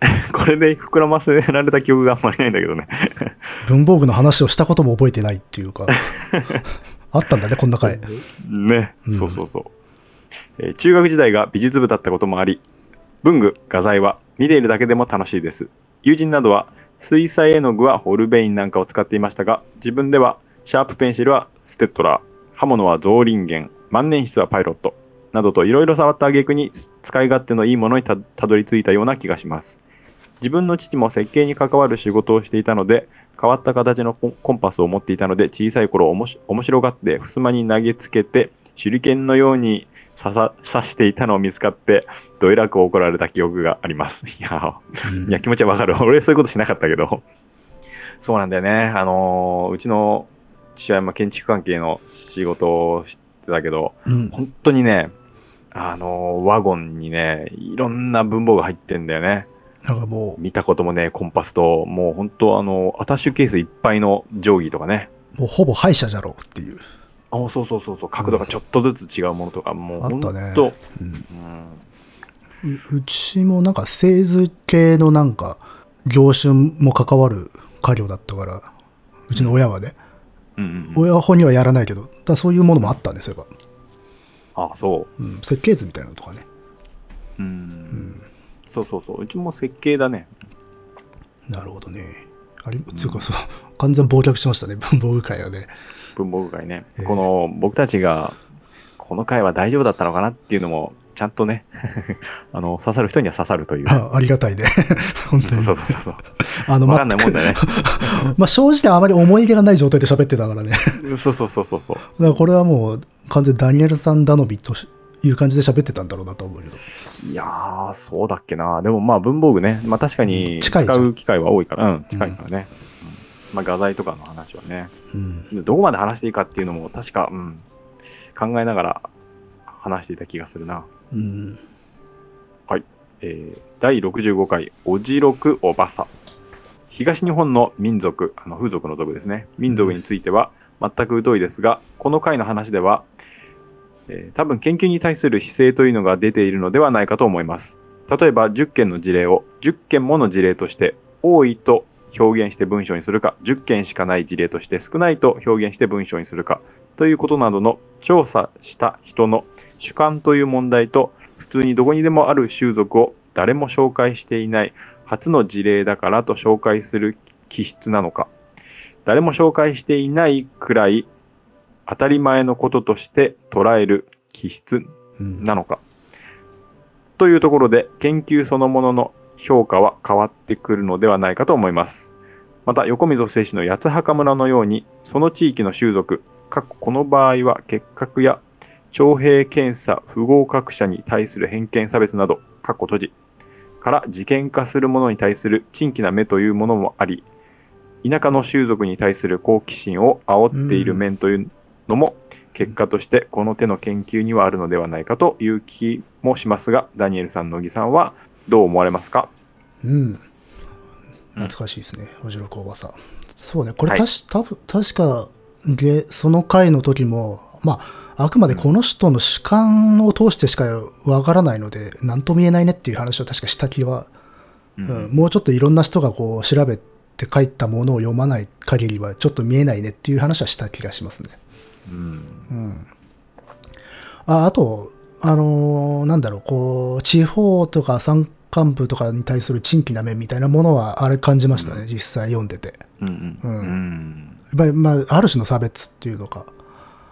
[LAUGHS] これで膨らませられた記憶があんまりないんだけどね。
文房具の話をしたことも覚えてないって
[LAUGHS]
いうか、あったんだね、こんな回。
ね、
うん
そうそうそう、えー中学時代が美術部だったこともあり文具画材は見ているだけでも楽しいです友人などは水彩絵の具はホルベインなんかを使っていましたが自分ではシャープペンシルはステッドラー刃物はゾーリンゲン万年筆はパイロットなどといろいろ触った挙句に使い勝手のいいものにたたどり着いたような気がします自分の父も設計に関わる仕事をしていたので変わった形のコンコンパスを持っていたので小さい頃おもし面白がって襖に投げつけて手裏剣のように刺さ刺していたのを見つかってどえらく怒られた記憶があります [LAUGHS] いやー
うん
いや、気持ちはわかる。 [LAUGHS] 俺、そういうことしなかったけど。そうなんだよね。あのーうちの父親も建築関係の仕事をしてたけど、
うん
本当にね、あのーワゴンにね、いろんな文房具入ってんだよね。
なんかも
見たこともね、コンパスと、もう本当あのアタッシュケースいっぱいの定規とかね。
う、もうほぼ敗者じゃろうっていう。
あそうそうそうそう、角度がちょっとずつ違うものとか、もう
あっ
本
たね
当、
うん
うん
ううちもなんか製図系のなんか業種も関わる家業だったから、うちの親はね、
うんうんうん、
親本にはやらないけど、だからそういうものもあったんですよ、そうい
あそう。
えばうん、設計図みたいなのとかね。
うんそうそうそう、うちも設計だね。
なるほどね。あれ、つうかそう、完全忘却してましたね、 [LAUGHS] 文房具界はね。
文房具会ね、
ええ
この僕たちがこの回は大丈夫だったのかなっていうのもちゃんとね [LAUGHS] あの刺さる人には刺さるという
あありがたいね。 [LAUGHS] 本当
そう
に。
そうそうそう
あの、
わかんないもん
全く
だね
[LAUGHS] まあ正直あまり思い出がない状態で喋ってたからね。だか
そうそうそうそうそう
らこれはもう完全にダニエルさん頼みという感じで喋ってたんだろうなと思うけど。
いやーそうだっけなでもまあ文房具ね、まあ、確かに使
近いじゃん
う機会は多いからうん近いからね、うんまあ、画材とかの話はね
うん。
どこまで話していいかっていうのも確か、うん、考えながら話していた気がするな
うん。
はい。えー第65回おじろくおばさ東日本の民族あの風俗の族ですね民族については全く疎いですが、この回の話では、えー多分研究に対する姿勢というのが出ているのではないかと思います例えば10件の事例を10件もの事例として多いと表現して文章にするか10件しかない事例として少ないと表現して文章にするかということなどの調査した人の主観という問題と普通にどこにでもある習俗を誰も紹介していない初の事例だからと紹介する気質なのか誰も紹介していないくらい当たり前のこととして捉える気質
うん
なのかというところで研究そのものの評価は変わってくるのではないかと思います。また横溝正史の八墓村のようにその地域の習俗かっここの場合は結核や徴兵検査不合格者に対する偏見差別などかっこ閉じから事件化するものに対する珍奇な目というものもあり田舎の習俗に対する好奇心を煽っている面というのも結果としてこの手の研究にはあるのではないかという気もしますがダニエルさん乃木さんはどう思われますか
うん。懐かしいですね、おじろくおばさん。そうね、これ、
はい
たし、多分確か、げその回の時も、まあ、あくまでこの人の主観を通してしかわからないので、なんとも言えないねっていう話を確かした気は、
う
うんもうちょっといろんな人がこう調べて書いたものを読まない限りは、ちょっと見えないねっていう話はした気がしますね。
うん
うん、ああと、あのーなんだろう、こう、地方とか山間部とかに対する珍奇な面みたいなものは、あれ感じましたね、実際読んでて。
うん
う
うんんうん
まあ、まあ、ある種の差別っていうのか、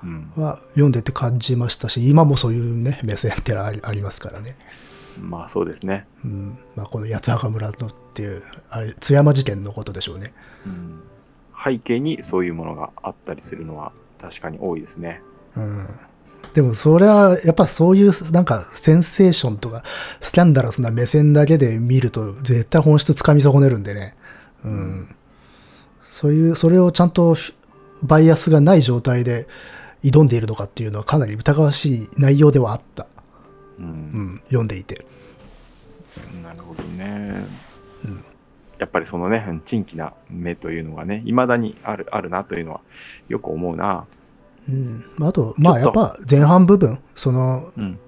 うん
は読んでて感じましたし、今もそういうね、目線ってのはありありますからね。
まあそうですね、
うん。まあ、この八幡村のっていう、あれ、津山事件のことでしょうね。
うん背景にそういうものがあったりするのは確かに多いですね
うんでもそれはやっぱそういうなんかセンセーションとかスキャンダラスな目線だけで見ると絶対本質つかみ損ねるんでね。うん。そういう、それをちゃんとバイアスがない状態で挑んでいるのかっていうのはかなり疑わしい内容ではあった。
う、
うんん。読んでいて。
なるほどね、
うん
やっぱりそのねうん珍奇な目というのがねいまだにあるあるなというのはよく思うな
うん。あと、まあ
ちょ
や
っと
っぱ前半部分、その
うん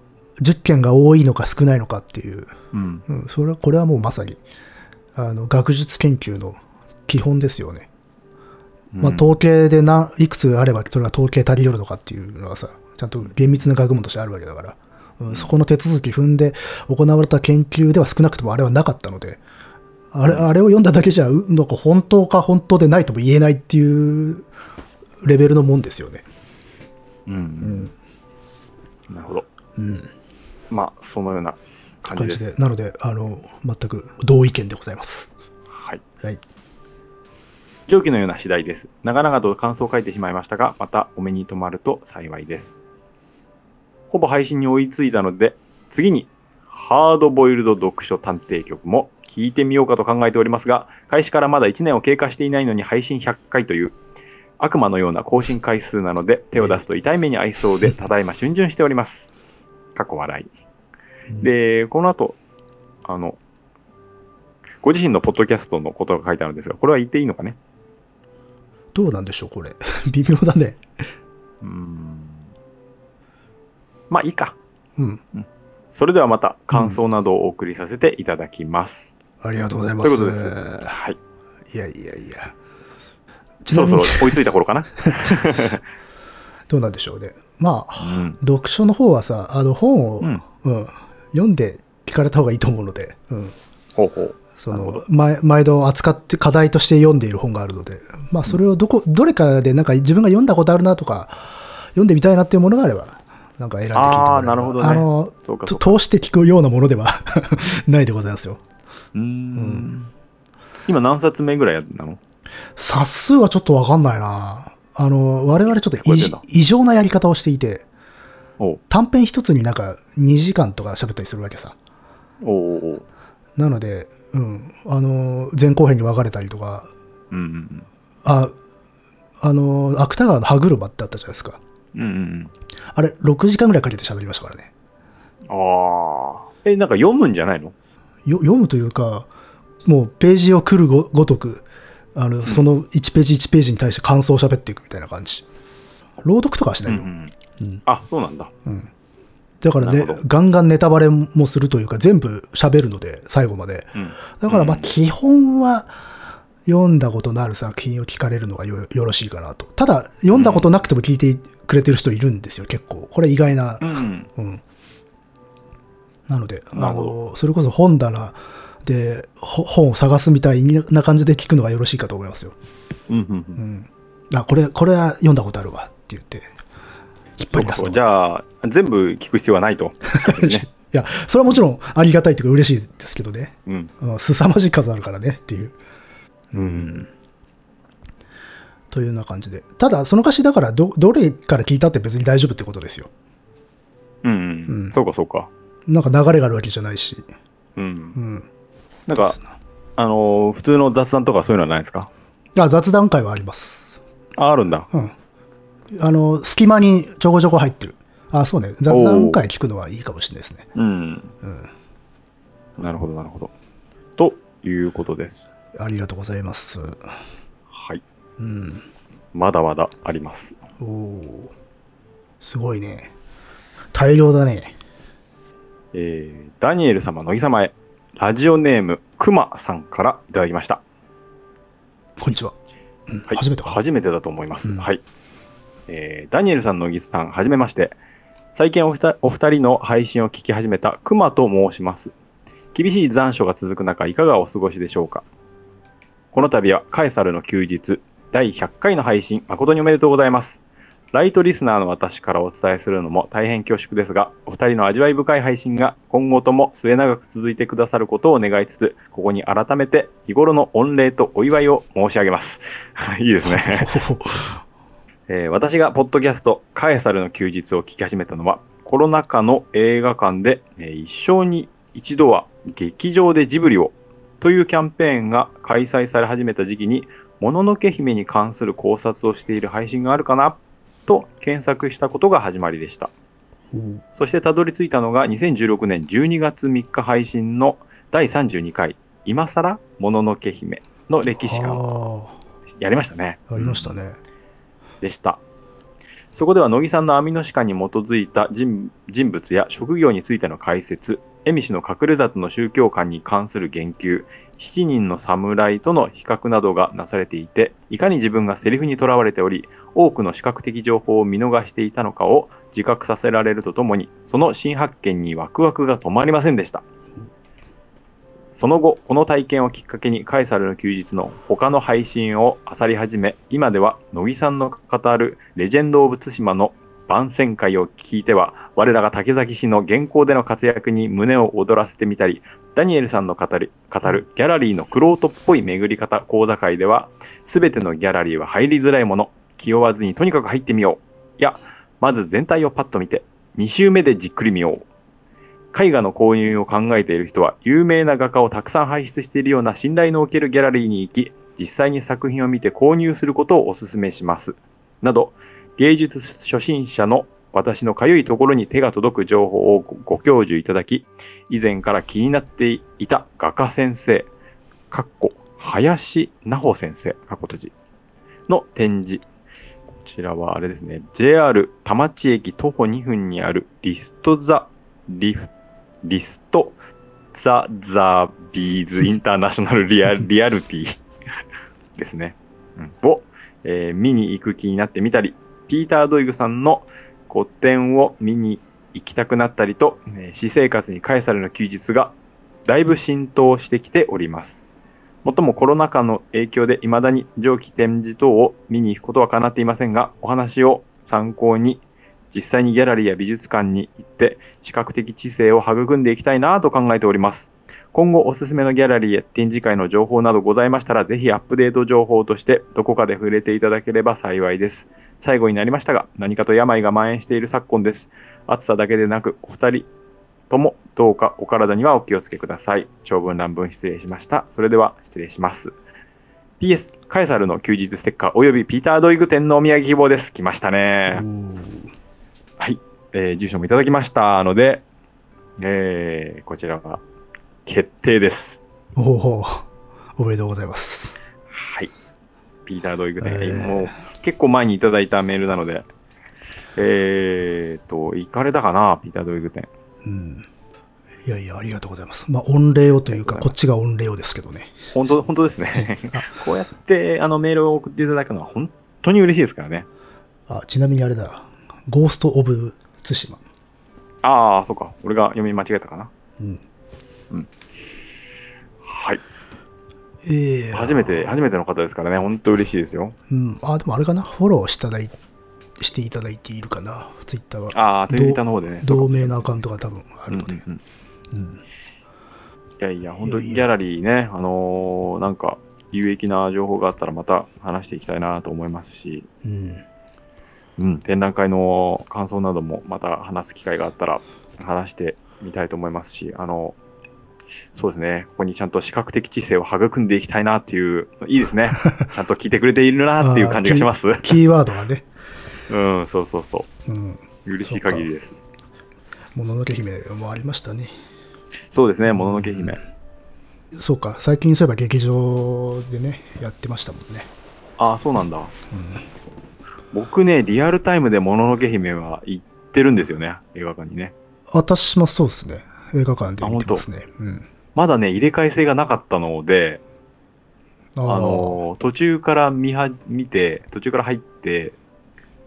10件が多いのか少ないのかっていう
うん
うん、それは、これはもうまさに、あの、学術研究の基本ですよね。まあ、
うん
統計でな、いくつあれば、それが統計足りよるのかっていうのがさ、ちゃんと厳密な学問としてあるわけだから、うん、そこの手続き踏んで行われた研究では少なくともあれはなかったので、あれ、あれを読んだだけじゃ、うなんか本当か本当でないとも言えないっていうレベルのもんですよね。
うんうんなるほど
うん。
まあそのような感じ
感
で。
じですなので、あの、全く同意見でございます。
はい
はい。
上記のような次第です。長々と感想を書いてしまいましたが、またお目に留まると幸いです。ほぼ配信に追いついたので、次に、ハードボイルド読書探偵局も聞いてみようかと考えておりますが、開始からまだ1年を経過していないのに配信100回という、悪魔のような更新回数なので、手を出すと痛い目に遭いそうで、ただいま逡巡しております。過去笑い。で、この後、あの、ご自身のポッドキャストのことが書いてあるんですが、これは言っていいのかね
どうなんでしょう、これ。 [LAUGHS] 微妙だね。
うーんまあいいか。
うん。
それではまた感想などをお送りさせていただきます。
ありがとうございま
とい
す。
うことです。はい。
いやいやいや。ち
そ
な
ろ
み
そ
に
ろ、追いついた頃か
[LAUGHS]
な。
どうなんでしょうね。まあ、
うん。
読書の方はさ、あの、本を、う
うんん、
読んで聞かれた方がいいと思うので、うん。
ほうほう。
そ
なるほ
の
ど、
毎毎度扱って、課題として読んでいる本があるので、まあ、それをどこ、どれかで、なんか自分が読んだことあるなとか、読んでみたいなっていうものがあれば、なんか選んで聞いてもらえれば
あーなるほどね
あの、
そうか
と
そうか。
通して聞くようなものでは [LAUGHS] ないでございますよ。
うーん。今何冊目ぐらいなの
冊数はちょっとわかんないな。あの、我々ちょっと
超え
異
てんだ
異常なやり方をしていて、
おう
短編一つになんか2時間とか喋ったりするわけさ。
おうおうおう
なので、うん、あの、前後編に分かれたりとか、
うん
あ、あの、芥川の歯車ってあったじゃないですか。
うんうん。うんうん
あれ、6時間ぐらいかけて喋りましたからね。
うん。ああ。え、なんか読むんじゃないの
よ読むというかもうページを来るごごとくあのその1ページ1ページに対して感想を喋っていくみたいな感じ朗読とかはし
う
なんいうよ、
ん。
うん
あ、そうなんだ。
だから
な
ね
るほど
ガンガンネタバレもするというか全部喋るので最後まで
うん。
だからまあ
うん
基本は読んだことのある作品を聞かれるのがよよろしいかなとただ読んだことなくても聞いてくれてる人いるんですよ結構これ意外な
うん。
うん。なので、あ
なるほど
の、それこそ本棚でほ本を探すみたいな感じで聞くのがよろしいかと思いますよ。
うんうんうん。
あ、これ、これは読んだことあるわって言って、引っ
そう
張り出
か
す
そ
の
う。じゃあ、全部聞く必要はないと。逆にね
いや、それはもちろんありがたいというか嬉しいですけどね。
うん。
うん、凄まじい数あるからねっていう。
うん。
というような感じで。ただ、その歌詞だからど、どれから聞いたって別に大丈夫ってことですよ。
うん
う
うんん。そうか、そうか。
なんか流れがあるわけじゃないし。
うん
う。ん。
なんか、あのー、普通の雑談とかそういうのはないですか
あ、雑談会はあります。
あ、あるんだ。
うん。あの、隙間にちょこちょこ入ってる。あ、そうね。雑談会聞くのはいいかもしれないですね。
うん。なるほど、なるほど。ということです。
ありがとうございます。
はい。
うん。
まだまだあります。
おお。すごいね。大量だね。
えーダニエル様、乃木様へ、ラジオネーム、くまさんからいただきました。
こんにちは。うん
はい、
初めてか。
初めてだと思います。
うん
はい、えーダニエルさん、乃木さん、はじめまして。最近おふたお二人の配信を聞き始めたくまと申します。厳しい残暑が続く中、いかがお過ごしでしょうかこの度はカエサルの休日第100回の配信、誠におめでとうございます。ライトリスナーの私からお伝えするのも大変恐縮ですが、お二人の味わい深い配信が今後とも末永く続いてくださることを願いつつ、ここに改めて日頃の御礼とお祝いを申し上げます。 [LAUGHS] いいですね。
[LAUGHS] ほほほ
えー私がポッドキャスト「カエサルの休日」を聞き始めたのはコロナ禍の映画館で、えー一生に一度は劇場でジブリをというキャンペーンが開催され始めた時期に「もののけ姫」に関する考察をしている配信があるかなと検索したことが始まりでした
うん
そしてたどり着いたのが2016年12月3日配信の第32回「今更もののけ姫」の歴史
あ
観やりましたね
ーありましたね。
でした。そこでは乃木さんの網の鹿に基づいた人人物や職業についての解説、恵美氏の隠れ里の宗教観に関する言及、7人の侍との比較などがなされていて、いかに自分がセリフにとらわれており、多くの視覚的情報を見逃していたのかを自覚させられるとともに、その新発見にワクワクが止まりませんでした。その後、この体験をきっかけに、カエサルの休日の他の配信を漁り始め、今では乃木さんの語るレジェンド・オブ・ツシマの番宣会を聞いては、我らが竹崎氏の現行での活躍に胸を躍らせてみたり、ダニエルさんの語る語るギャラリーのクロートっぽい巡り方講座会では、すべてのギャラリーは入りづらいもの、気負わずにとにかく入ってみよう。いや、まず全体をパッと見て、2周目でじっくり見よう。絵画の購入を考えている人は有名な画家をたくさん輩出しているような信頼のおけるギャラリーに行き実際に作品を見て購入することをお勧めしますなど芸術初心者の私のかゆいところに手が届く情報をごご教授いただき以前から気になっていた画家先生かっこ林奈穂先生かっこ閉じの展示こちらはあれですね JR 田町駅徒歩2分にあるリスト・ザ・リフリスト・ザ・ザ・ビーズ・インターナショナルリア・リアルティですね。うんを、えー見に行く気になってみたり、ピーター・ドイグさんの個展を見に行きたくなったりと、えー私生活にカエサルの休日がだいぶ浸透してきております。もっともコロナ禍の影響で未だに上記展示等を見に行くことはかなっていませんが、お話を参考に実際にギャラリーや美術館に行って視覚的知性を育んでいきたいなと考えております。今後おすすめのギャラリーや展示会の情報などございましたら、ぜひアップデート情報としてどこかで触れていただければ幸いです。最後になりましたが、何かと病が蔓延している昨今です。暑さだけでなく、お二人ともどうかお体にはお気をつけください。長文乱文失礼しました。それでは失礼します。PS、カエサルの休日ステッカーおよびピーター・ドイグ店のお土産希望です。来ましたね。
おー
はい、えー住所もいただきましたので、えーこちらは決定です。
おおおめでとうございます。
はい。ピーター・ドイグ展、
えー
もう結構前にいただいたメールなので、えーっと、行かれたかな、ピーター・ドイグ展。
うん。いやいや、ありがとうございます。まあ、御礼をというか、こっちが御礼をですけどね。
本当、本当です [LAUGHS] ね。こうやって、あの、メールを送っていただくのは本当に嬉しいですからね。
あ、ちなみにあれだ。ゴースト・オブ・ツシマ。
ああ、そうか。俺が読み間違えたかな。
うん。
はい。
ええ
初めて、初めての方ですからね、本当嬉しいですよ。
うん。あ、でもあれかな。フォローしただいしていただいているかな。ツイッターは。
ああ、ツイッターの方でね。そうか
同名のアカウントが多分あるので。
うんうん
うん。
いやいや、本当
い
に
やいや
ギャラリーね、あのーなんか、有益な情報があったらまた話していきたいなと思いますし、
うん。
うん、展覧会の感想などもまた話す機会があったら話してみたいと思いますし、あのそうですね、ここにちゃんと視覚的知性を育んでいきたいなっていう、いいです [LAUGHS] ね。ちゃんと聞いてくれているなっていう感じがします。
キーワードがね。
うん、そうそうそ
うん。
う。嬉しい限りです。
もののけ姫もありましたね。
そうですね、もののけ姫。
そうか、最近そういえば劇場でね、やってましたもんね。
ああ、そうなんだ。僕ね、リアルタイムでもののけ姫は行ってるんですよね、映画館にね。
私もそうですね。映画館で見てますね。うん。
まだね、入れ替え制がなかったので、
あ
あ
ー
のー途中から見は見て、途中から入って、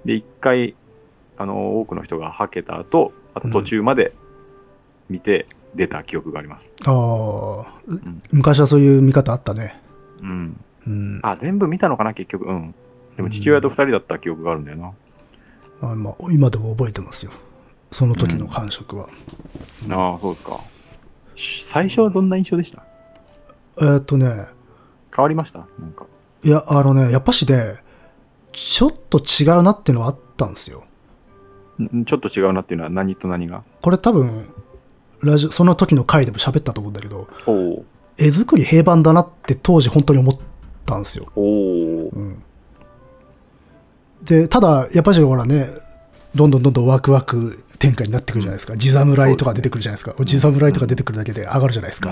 で、一回、あのー多くの人がはけた後、あと途中まで見て出た記憶があります。
あー、
ん
昔はそういう見方あったね。
うん。
うん。
あ、全部見たのかな、結局。うん。でも父親と二人だった記憶があるんだよな。
あまあ、今でも覚えてますよ。その時の感触は。
ああ、そうですか。し最初はどんな印象でした
えーっとね、
変わりましたなんか。
いや、あのね、やっぱしね、ちょっと違うなっていうのはあったんですよ。
んちょっと違うなっていうのは何と何が。
これ多分、ラジオ、その時の回でも喋ったと思うんだけど、
おお
絵作り平板だなって当時本当に思ったんですよ。
おお
うん、でただやっぱりほらねどんどんどんどんワクワク展開になってくるじゃないですか地侍とか出てくるじゃないですか地侍とか出てくるだけで上がるじゃないですか、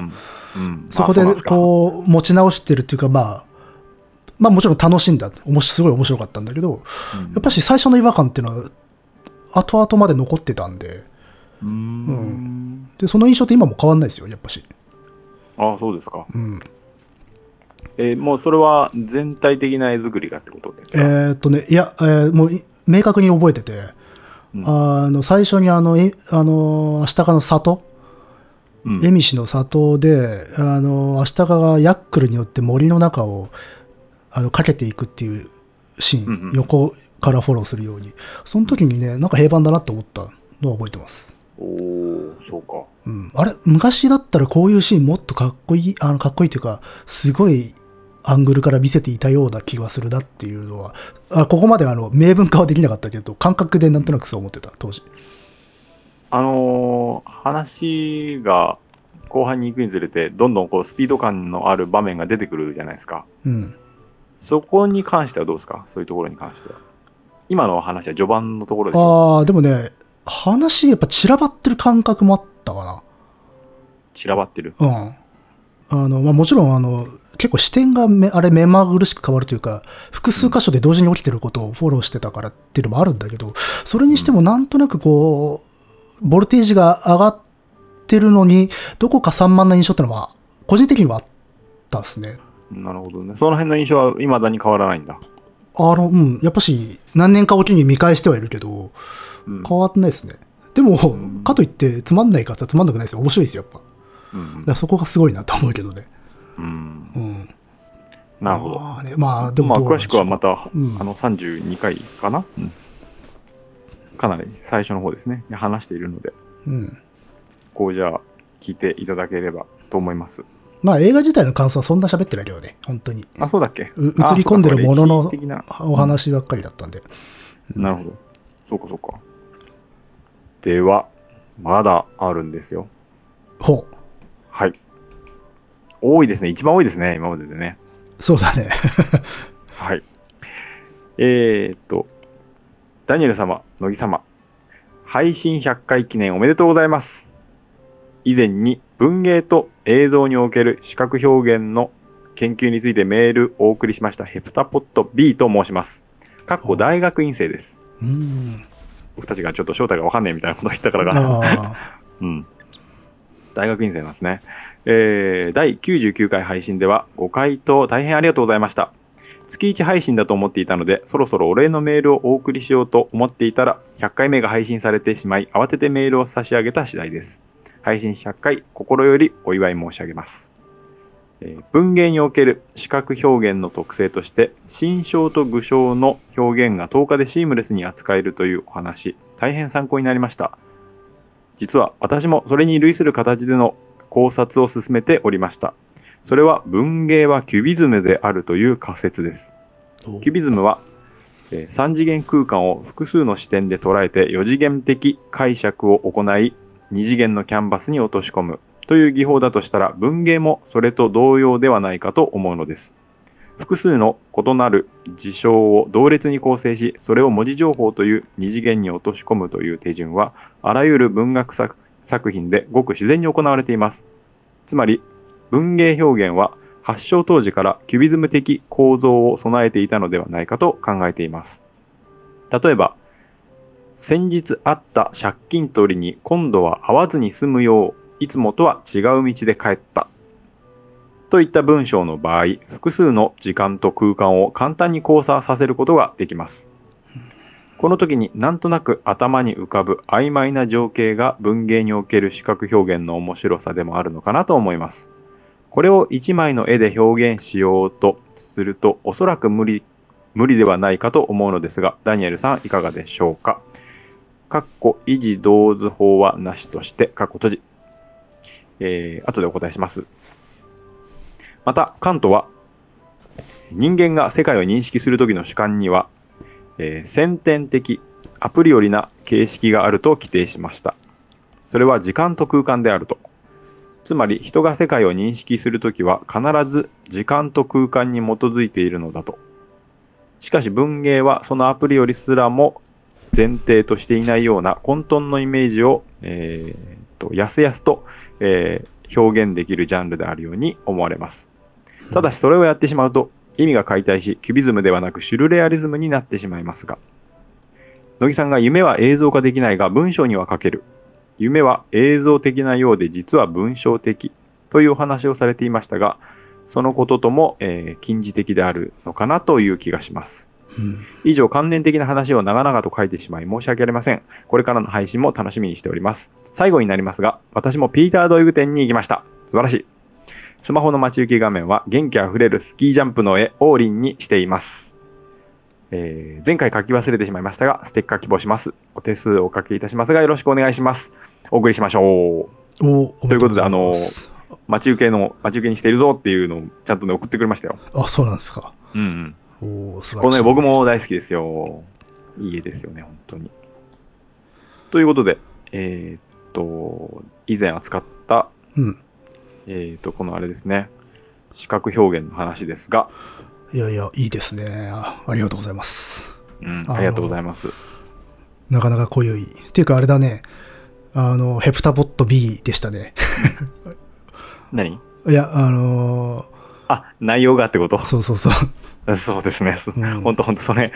うん。
そこでこう持ち直してるっていうかまあまあもちろん楽しんだおもしすごい面白かったんだけど
うん、
やっぱし最初の違和感っていうのは後々まで残ってたんで
うーん。
でその印象って今も変わんないですよやっぱし、
ああ、そうですか。
うん、
えーもうそれは全体的な絵作りがってことです
え
か、
ーっとねいや、えーもうい明確に覚えてて、
うん
あの最初にあのえあの明日かの里
うん
恵美市の里で、あの、アシタカがヤックルによって森の中を、あの、かけていくっていうシーン、
うんうん
横からフォローするように、その時にね、なんか平板だなって思ったのは覚えてます。
おおそうか。
うん。あれ、昔だったらこういうシーンもっとかっこいい、あの、かっこいいというか、すごいアングルから見せていたような気がするなっていうのは、あここまであの、明文化はできなかったけど、感覚でなんとなくそう思ってた、当時。
あのー話が後半に行くにつれて、どんどんこうスピード感のある場面が出てくるじゃないですか。
うん。
そこに関してはどうですかそういうところに関しては。今の話は序盤のところでしょ
ああ、でもね、話やっぱ散らばってる感覚もあったかな。
散らばってる。
うん。あの、まあ、もちろん、あの、結構視点がめ、あれ、目まぐるしく変わるというか、複数箇所で同時に起きてることをフォローしてたからっていうのもあるんだけど、それにしてもなんとなくこう、ボルテージが上がってるのに、どこか散漫な印象ってのは、個人的にはあったですね。
なるほどね。その辺の印象は未だに変わらないんだ。
あの、うん、やっぱし、何年かおきに見返してはいるけど、
うん
変わってないですね。でも
ん、
かといって、つまんないからさ、つまんなくないですよ。面白いですよ、やっぱ。だ
うん
からそこがすごいなと思うけどね。
うんうん。
うん。
なるほど。
まあね、まあ、で
ま
も
あ、
どうな
詳
んで
し
ょう
くはまた、
うん
あの32回かな、うんかなり最初の方ですね。話しているので、
うん。
そこをじゃあ、聞いていただければと思います。
まあ映画自体の感想はそんな喋ってないけどね、本当に。
あ、そうだっけ
う映り込んでるもの
あそう
の
かそうか歴史的な
お話ばっかりだったんで。
なるほど。そうか、そうか。では、まだあるんですよ。
ほう。
はい。多いですね。一番多いですね。今まででね。
そうだね。
はい。えー、っと、ダニエル様、乃木様、配信100回記念おめでとうございます。以前に文芸と映像における視覚表現の研究についてメールをお送りしましたヘプタポット B と申します。かっこ大学院生です。
うん。
僕たちがちょっと正体がわかんねえみたいなこと言ったからか。
あ
うん。大学院生なんですね。えー、第99回配信ではご回答大変ありがとうございました。月1配信だと思っていたので、そろそろお礼のメールをお送りしようと思っていたら、100回目が配信されてしまい、慌ててメールを差し上げた次第です。配信100回、心よりお祝い申し上げます。えー文芸における視覚表現の特性として、心象と具象の表現が10日でシームレスに扱えるというお話、大変参考になりました。実は私もそれに類する形での考察を進めておりました。それは文芸はキュビズムであるという仮説です。
ーお
キュビズムは、え3次元空間を複数の視点で捉えて4次元的解釈を行い2次元のキャンバスに落とし込むという技法だとしたら文芸もそれと同様ではないかと思うのです。複数の異なる事象を同列に構成しそれを文字情報という2次元に落とし込むという手順はあらゆる文学作作品でごく自然に行われています。つまり文芸表現は発祥当時からキュビズム的構造を備えていたのではないかと考えています。例えば、先日あった借金取りに今度は会わずに済むよう、いつもとは違う道で帰った。といった文章の場合、複数の時間と空間を簡単に交差させることができます。この時になんとなく頭に浮かぶ曖昧な情景が文芸における視覚表現の面白さでもあるのかなと思います。これを一枚の絵で表現しようとすると、おそらく無理、無理ではないかと思うのですが、ダニエルさんいかがでしょうか。かっこ維持同図法はなしとして、かっこ閉じ。えー、後でお答えします。また、カントは、人間が世界を認識するときの主観には、えー先天的、アプリよりな形式があると規定しました。それは時間と空間であると。つまり人が世界を認識するときは必ず時間と空間に基づいているのだと。しかし文芸はそのアプリよりすらも前提としていないような混沌のイメージを、えーとやすやすと、えー表現できるジャンルであるように思われます。ただしそれをやってしまうと意味が解体しキュビズムではなくシュルレアリズムになってしまいますが乃木さんが夢は映像化できないが文章には書ける夢は映像的なようで実は文章的というお話をされていましたがそのこととも、えー近似的であるのかなという気がします
うん
以上関連的な話を長々と書いてしまい申し訳ありませんこれからの配信も楽しみにしております最後になりますが私もピーター・ドイグ店に行きました素晴らしいスマホの待ち受け画面は元気あふれるスキージャンプの絵王林にしています、えー前回書き忘れてしまいましたがステッカー希望しますお手数おかけいたしますがよろしくお願いしますお送りしましょう
おおめ
ということで
ござます
待ち受けの待ち受けにしているぞっていうのをちゃんとね送ってくれましたよ
あ、そうなんですか。
うん、うん、
おお、素晴らしい。
この絵僕も大好きですよ。いい絵ですよね、本当に。ということで、えーっと、以前扱った、
うん。
えーっと、このあれですね、視覚表現の話ですが、
いやいや、いいですね。あありがとうございます。
うん、
あ
ありがとうございます。
なかなか濃ゆい。っていうか、あれだね。あの、ヘプタボット B でしたね。
何
いや、あの
あ、内容がってこと [LAUGHS]
ーそうそうそう。
そうですね。そ
うん
ほんとほんと、それ、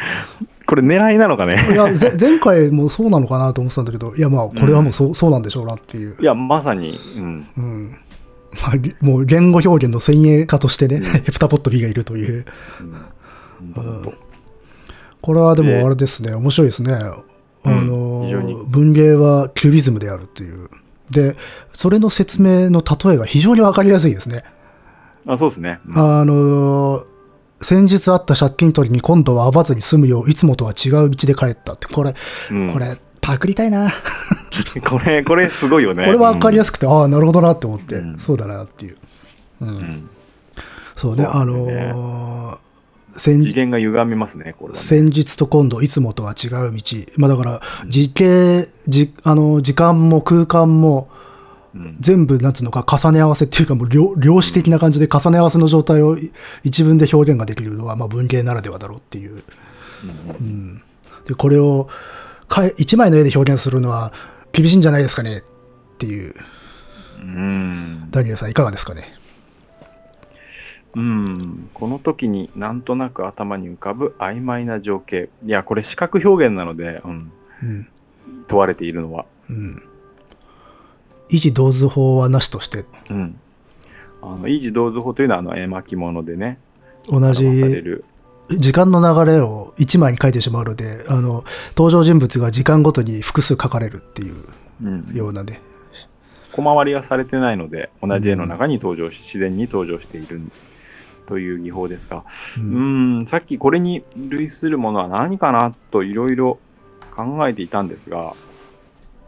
これ狙いなのか
[LAUGHS]
ね。
いや、
[LAUGHS]
ぜ前回もそうなのかなと思ってたんだけど、いや、まあ、これはもうそう,、そうなんでしょうなっていう
い。や、まさに、うん。
うん。まあ、げもう言語表現の先鋭化としてね、
ん
ヘプタポット B がいるという。
うんほんとほんと
これはで
ええ
もあれですね、面白いですね。あ
うん
の
非常に
ー、文芸はキュビズムであるっていう。で、それの説明の例えが非常にわかりやすいですね。
あ、そうですね。うん
あのー、先日あった借金取りに今度は会わずに済むよう、いつもとは違う道で帰ったって、これ、
うん
これ、パクりたいな。
これ、これすごいよね。
これは分かりや
す
すくて、ああ、なるほどなって思って、
うん
そうだなっていう。
い。うん
そ
そう
うね、
な
あ
んだよ
の
ね
ー
次
先、
元が歪みますね、これはね。
先日と今度、いつもとは違う道。まあだから、時系、じあのー時間も空間も、
うん
全部、なんつうのか、重ね合わせっていうか、もう量、量子的な感じで重ね合わせの状態をい一文で表現ができるのは、まあ文芸ならではだろうっていう。うん。で、これを、かい一枚の絵で表現するのは、厳しいんじゃないですかねっていう。
うん。
大宮さん、いかがですかね。
うん、この時になんとなく頭に浮かぶ曖昧な情景。いや、これ視覚表現なので、うん、
うん。
問われているのは。
うん。維持同図法はなしとして、
うん。あの、維持同図法というのは、あの、絵巻物でね、
同じ
表される。
時間の流れを1枚に書いてしまうので、あの、登場人物が時間ごとに複数書かれるっていう
うん。
ようなね。
小回りがされてないので、同じ絵の中に登場し、自然に登場しているという技法ですが、
う。
うんん、さっきこれに類するものは何かなといろいろ考えていたんですが、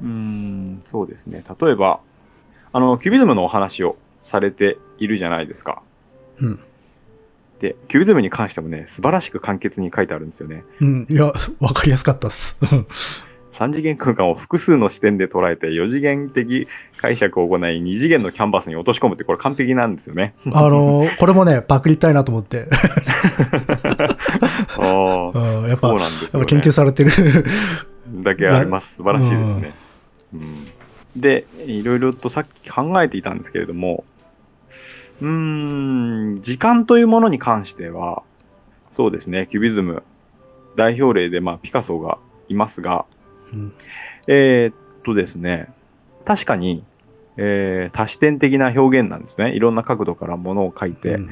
うん、そうですね。例えば、あの、キュビズムのお話をされているじゃないですか。
うん。
で、キュビズムに関してもね、素晴らしく簡潔に書いてあるんですよね。
うん、いや、わかりやすかったっす。 [LAUGHS] うん
3次元空間を複数の視点で捉えて4次元的解釈を行い2次元のキャンバスに落とし込むってこれ完璧なんですよね。
あの、これもね、パクりたいなと思って。 [LAUGHS]
あ
う
あ、
ん、やっぱ、
そう
や
な
っ
んですよ、
ぱ
ね。
研究されてる。
だけあります。素晴らしいですね。うんで、いろいろとさっき考えていたんですけれども、うーん、時間というものに関しては、そうですね、キュビズム、代表例で、まあ、ピカソがいますが、
うん
えーっとですね、確かに、えー多視点的な表現なんですね。いろんな角度からものを書いて、
うん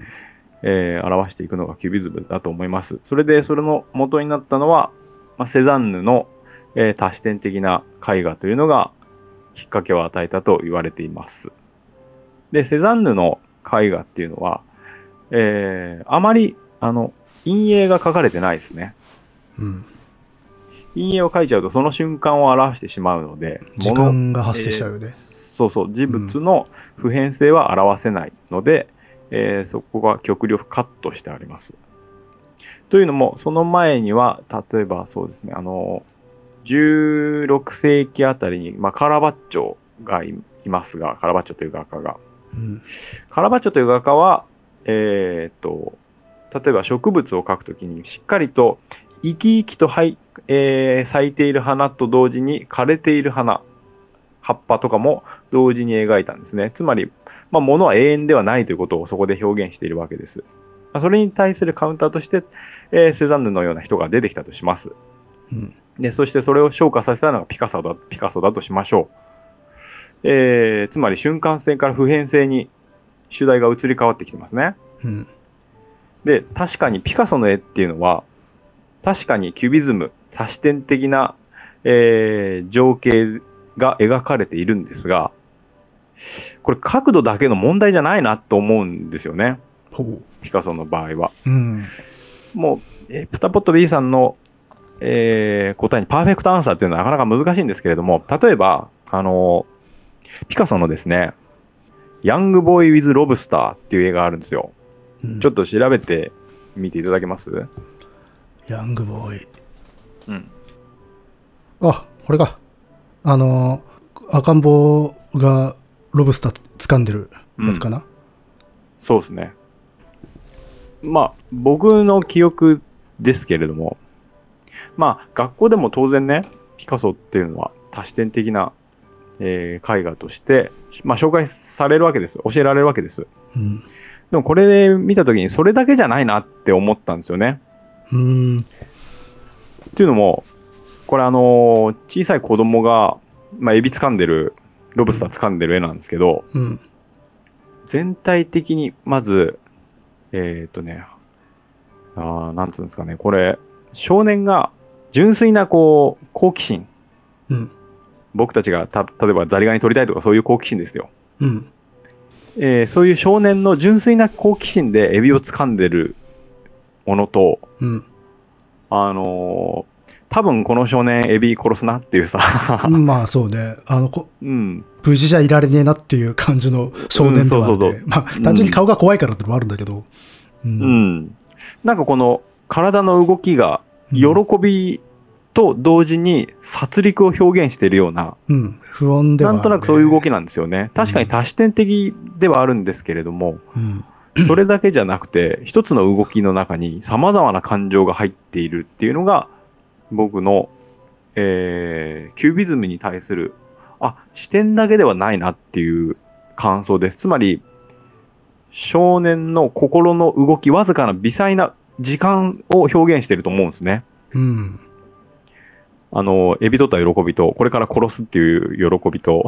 えー表していくのがキュビズムだと思います。それで、それの元になったのは、まあ、セザンヌの、えー多視点的な絵画というのがきっかけを与えたと言われています。で、セザンヌの絵画っていうのは、えーあまり、あの、陰影が描かれてないですね。
うん。
陰影を描いちゃうとその瞬間を表してしまうので、
時
物
間が発生しちゃうよ
えー
ね。
そうそう事物の普遍性は表せないので、えーそこが極力カットしてありますというのもその前には例えばそうですねあの16世紀あたりに、まあ、カラバッチョがいいますがカラバッチョという画家が
うん。
カラバッチョという画家はえーっと例えば植物を描くときにしっかりと生き生きと、はいえー咲いている花と同時に枯れている花葉っぱとかも同時に描いたんですねつまり、まあ、物は永遠ではないということをそこで表現しているわけですまあそれに対するカウンターとして、えーセザンヌのような人が出てきたとします
うん。
で、そしてそれを昇華させたのがピカソだ、ピカソだとしましょう。えー、つまり瞬間性から普遍性に主題が移り変わってきてますね。
うん。
で、確かにピカソの絵っていうのは、確かにキュビズム、多視点的な、えー情景が描かれているんですが、これ角度だけの問題じゃないなと思うんですよね。
ほう。
ピカソの場合は。
うん。
もう、えープタポット B さんの、えー答えにパーフェクトアンサーっていうのはなかなか難しいんですけれども、例えば、あのーピカソのですね、ヤングボーイ・ウィズ・ロブスターっていう映画があるんですよ。
うん
ちょっと調べてみていただけます
ヤングボーイ。
うん。
あ、これか。あの、赤ん坊がロブスター掴んでるやつかな。
そうですね。まあ、僕の記憶ですけれども、まあ、学校でも当然ね、ピカソっていうのは多視点的な、えー絵画として、まあ、紹介されるわけです。教えられるわけです。
うん。
でもこれで見たときにそれだけじゃないなって思ったんですよね。
うん。
っていうのも、これあのー小さい子供が、まあ、エビ掴んでる、ロブスター掴んでる絵なんですけど、
うん。
全体的に、まず、えーっとね、あーなんつうんですかね、これ、少年が純粋なこう、好奇心。
うん。
僕たちがた、例えばザリガニ取りたいとかそういう好奇心ですよ。
うん。
えーそういう少年の純粋な好奇心でエビを掴んでるものと、
うん。
あのー多分この少年エビ殺すなっていうさ、 [LAUGHS]
うんまあそうね。あの、こ
うん、
無事じゃいられねえなっていう感じの少年ではあ
うんそうそ
っ
う
て
そ。
まあ、単純に顔が怖いからってのもあるんだけど。
う
う。
んん。なんかこの体の動きが喜びと同時に殺戮を表現しているような、
うん。不穏では
な
あ
んと
るね
なくそういう動きなんですよね。確かに多視点的ではあるんですけれども、
うん。
それだけじゃなくて、一つの動きの中に様々な感情が入っているっていうのが、僕の、えー、キュービズムに対する、あ、視点だけではないなっていう感想です。つまり、少年の心の動き、わずかな微細な時間を表現してると思うんですね。
うん。
あの、エビ取った喜びと、これから殺すっていう喜びと、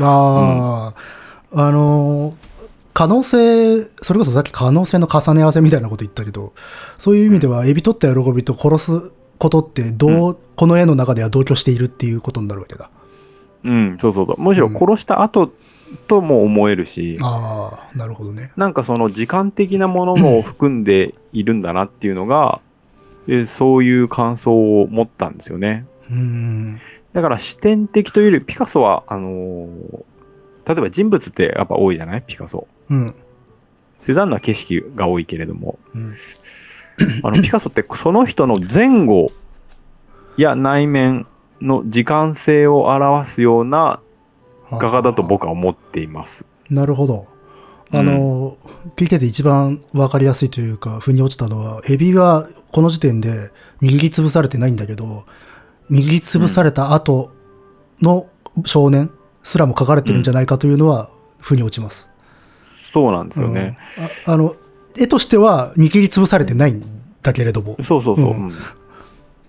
ああ、あのー可能性、それこそさっき可能性の重ね合わせみたいなこと言ったけど、そういう意味では、エビ取った喜びと殺すことって、どう、この絵の中では同居しているっていうことになるわけだ。
うん、そうそうそう。むしろ殺した後とも思えるし、
ああ、なるほどね。
なんかその時間的なものも含んでいるんだなっていうのが、えーそういう感想を持ったんですよね。
うん。
だから視点的というより、ピカソは、あのー例えば人物ってやっぱ多いじゃないピカソ。
うん。
セザンヌは景色が多いけれども、
うん。
あのピカソってその人の前後や内面の時間性を表すような画家だと僕は思っています。
なるほど。
うん
あの、聞いてて一番わかりやすいというか、腑に落ちたのは、エビはこの時点で握りつぶされてないんだけど、握りつぶされた後の少年すらも書かれてるんじゃないかというのは、腑に落ちます。
そうなんですよね。
うんああの、絵としては握りつぶされてないんだけれども。
そうそうそう。
うん
うん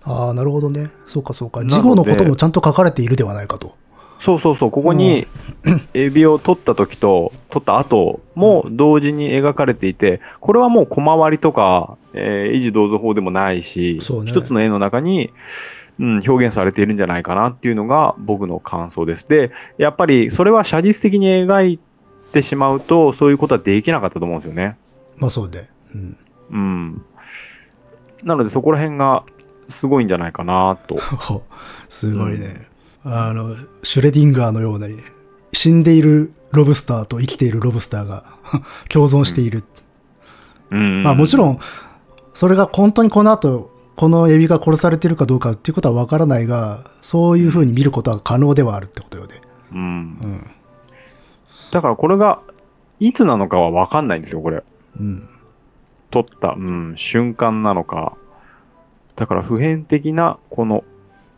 ああ、なるほどね。そうかそうか。
なので
事後のこともちゃんと書かれているではないかと。
そうそうそう、ここに [CLEARS THROAT] エビを取った時と取った後も同時に描かれていて、これはもう小回りとか、えー維持同造法でもないし、
そうね
一つの絵の中に、うん、表現されているんじゃないかなっていうのが僕の感想です。で、やっぱりそれは写実的に描いてしまうと、そういうことはできなかったと思うんですよね。
まあそうで。うん。
うん。なのでそこら辺がすごいんじゃないかなと。
すごいね、あのシュレディンガーのような死んでいるロブスターと生きているロブスターが [LAUGHS] 共存している、
うん。
まあもち
ん。
ろんそれが本当にこの後このエビが殺されてるかどうかっていうことはわからないがそういうふうに見ることは可能ではあるってことよね、
うん。
うん
だからこれが、いつなのかはわかんないんですよ、これ。
うん、
撮った、うん、瞬間なのか。だから普遍的な、この、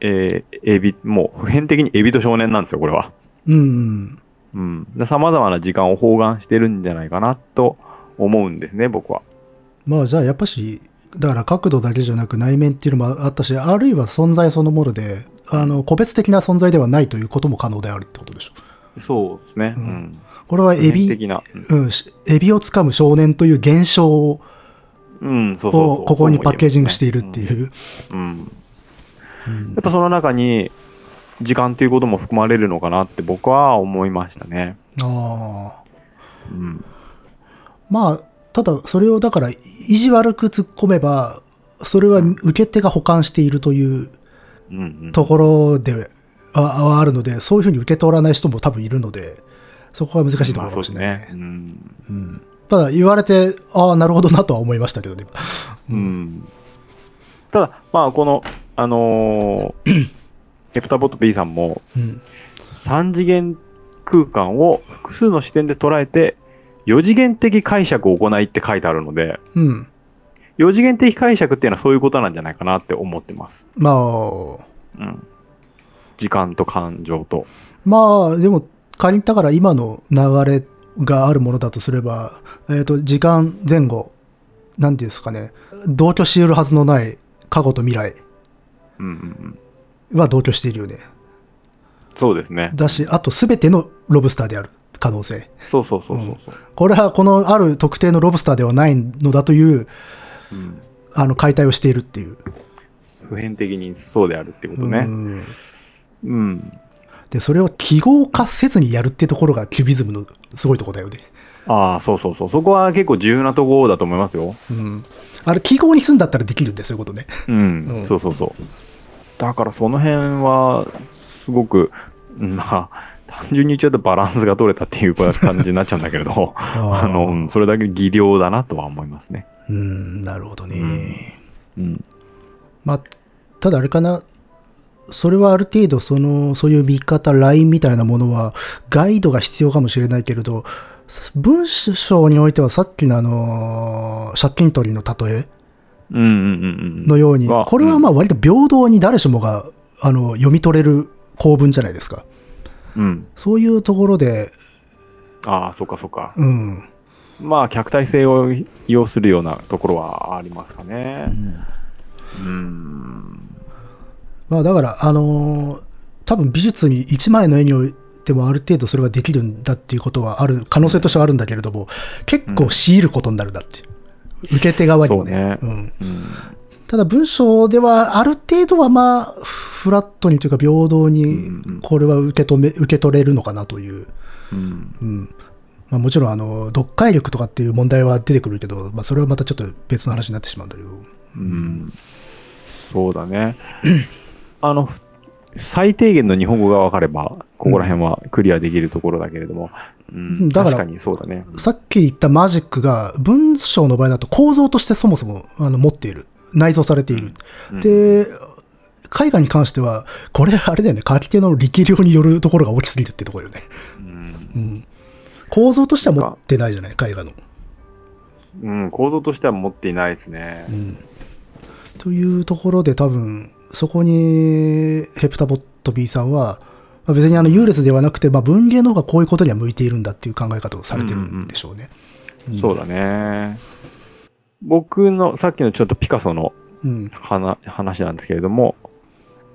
えーエビ、もう普遍的にエビと少年なんですよ、これは。
うんうん
うん。で様々な時間を包含してるんじゃないかなと思うんですね、僕は。
まあじゃあやっぱしだから角度だけじゃなく内面っていうのもあったしあるいは存在そのものであの個別的な存在ではないということも可能であるってことでしょ
そうですね。う
うんん。これはエ
普遍
ビ
的な
うん、しエビをつかむ少年という現象を
うん、そうそうそう。
ここにパッケージングしているって
う
いう。
ん。うん。
うん
やっぱその中に、時間ということも含まれるのかなって僕は思いましたね。
あ
うん。
あまあ、ただそれをだから意地悪く突っ込めば、それは受け手が保管しているという
うん、うん。
ところであはあるので、そういうふうに受け取らない人も多分いるので、そこが難しいとこ
まあ
ろか
そうです
もしれないね。
ね。うん。
うん、ただ言われて、ああ、なるほどなとは思いましたけどね。
う
うん
ん、ただ、まあ、この、あのー [COUGHS] エプタボット B さんも、
うん、
3次元空間を複数の視点で捉えて、4次元的解釈を行いって書いてあるので、
うん。
4次元的解釈っていうのはそういうことなんじゃないかなって思ってます。
まあ、
うん。時間と感情と。
まあ、でも、仮にだから今の流れがあるものだとすれば、えっ、と、時間前後、なんていうんですかね、同居し得るはずのない過去と未来
うんうんうん。
は同居しているよね。
そうですね。
だし、あと全てのロブスターである可能性。
そうそうそうそうそう。
これはこのある特定のロブスターではないのだという、
うん。
あの、解体をしているっていう。
普遍的にそうであるってことね。
うん
うん。
で、それを記号化せずにやるってところがキュビズムのすごいとこだよね。
ああ、そうそうそう。そこは結構重要なところだと思いますよ。
うん。あれ、記号にすんだったらできるんですよ、そういうことね。
うん、
うん
そうそうそう。だからその辺は、すごく、まあ、単純に言っちゃうとバランスが取れたっていう感じになっちゃうんだけれ [LAUGHS] ど、あの、うんそれだけ技量だなとは思いますね。
うーん、なるほどね。
うん。
まあ、ただあれかな、それはある程度、その、そういう見方、ラインみたいなものは、ガイドが必要かもしれないけれど、文章においてはさっきのあのー借金取りの例え
うんうんうんう
の
ん。
ように、
うんあ
これはまあ割と平等に誰しもが、あの、読み取れる構文じゃないですか。
うん。
そういうところで、
ああ、そうかそうか。
うん。
まあ、客体性を要するようなところはありますかね。うん。
まあだから、あのー多分美術に一枚の絵においてもある程度それはできるんだっていうことはある、可能性としてはあるんだけれども、結構強いることになるんだっていう。受け手側にもね。
そうね
ん。
うん。
ただ文章ではある程度はまあ、フラットにというか平等
うんうん
に、これは受け止め、受け取れるのかなという。
うん。
うん。まあもちろんあの、読解力とかっていう問題は出てくるけど、まあそれはまたちょっと別の話になってしまうんだけど。
うんそうだね。あの、ふ最低限の日本語が分かれば、ここら辺はクリアできるところだけれども、うん
だから
確かにそうだね。
さっき言ったマジックが文章の場合だと構造としてそもそもあの持っている。内蔵されている。
うん
で、絵画に関しては、これあれだよね、書き手の力量によるところが大きすぎるってところよね。
うん
うん。構造としては持ってないじゃない、絵画の。
うん、構造としては持っていないですね
う。ん。というところで多分、そこにヘプタボット B さんは、まあ別にあの優劣ではなくて、まあ、文芸の方がこういうことには向いているんだっていう考え方をされてるんでしょうね。
そうだね。僕の、さっきのちょっとピカソの
うん。
話話なんですけれども、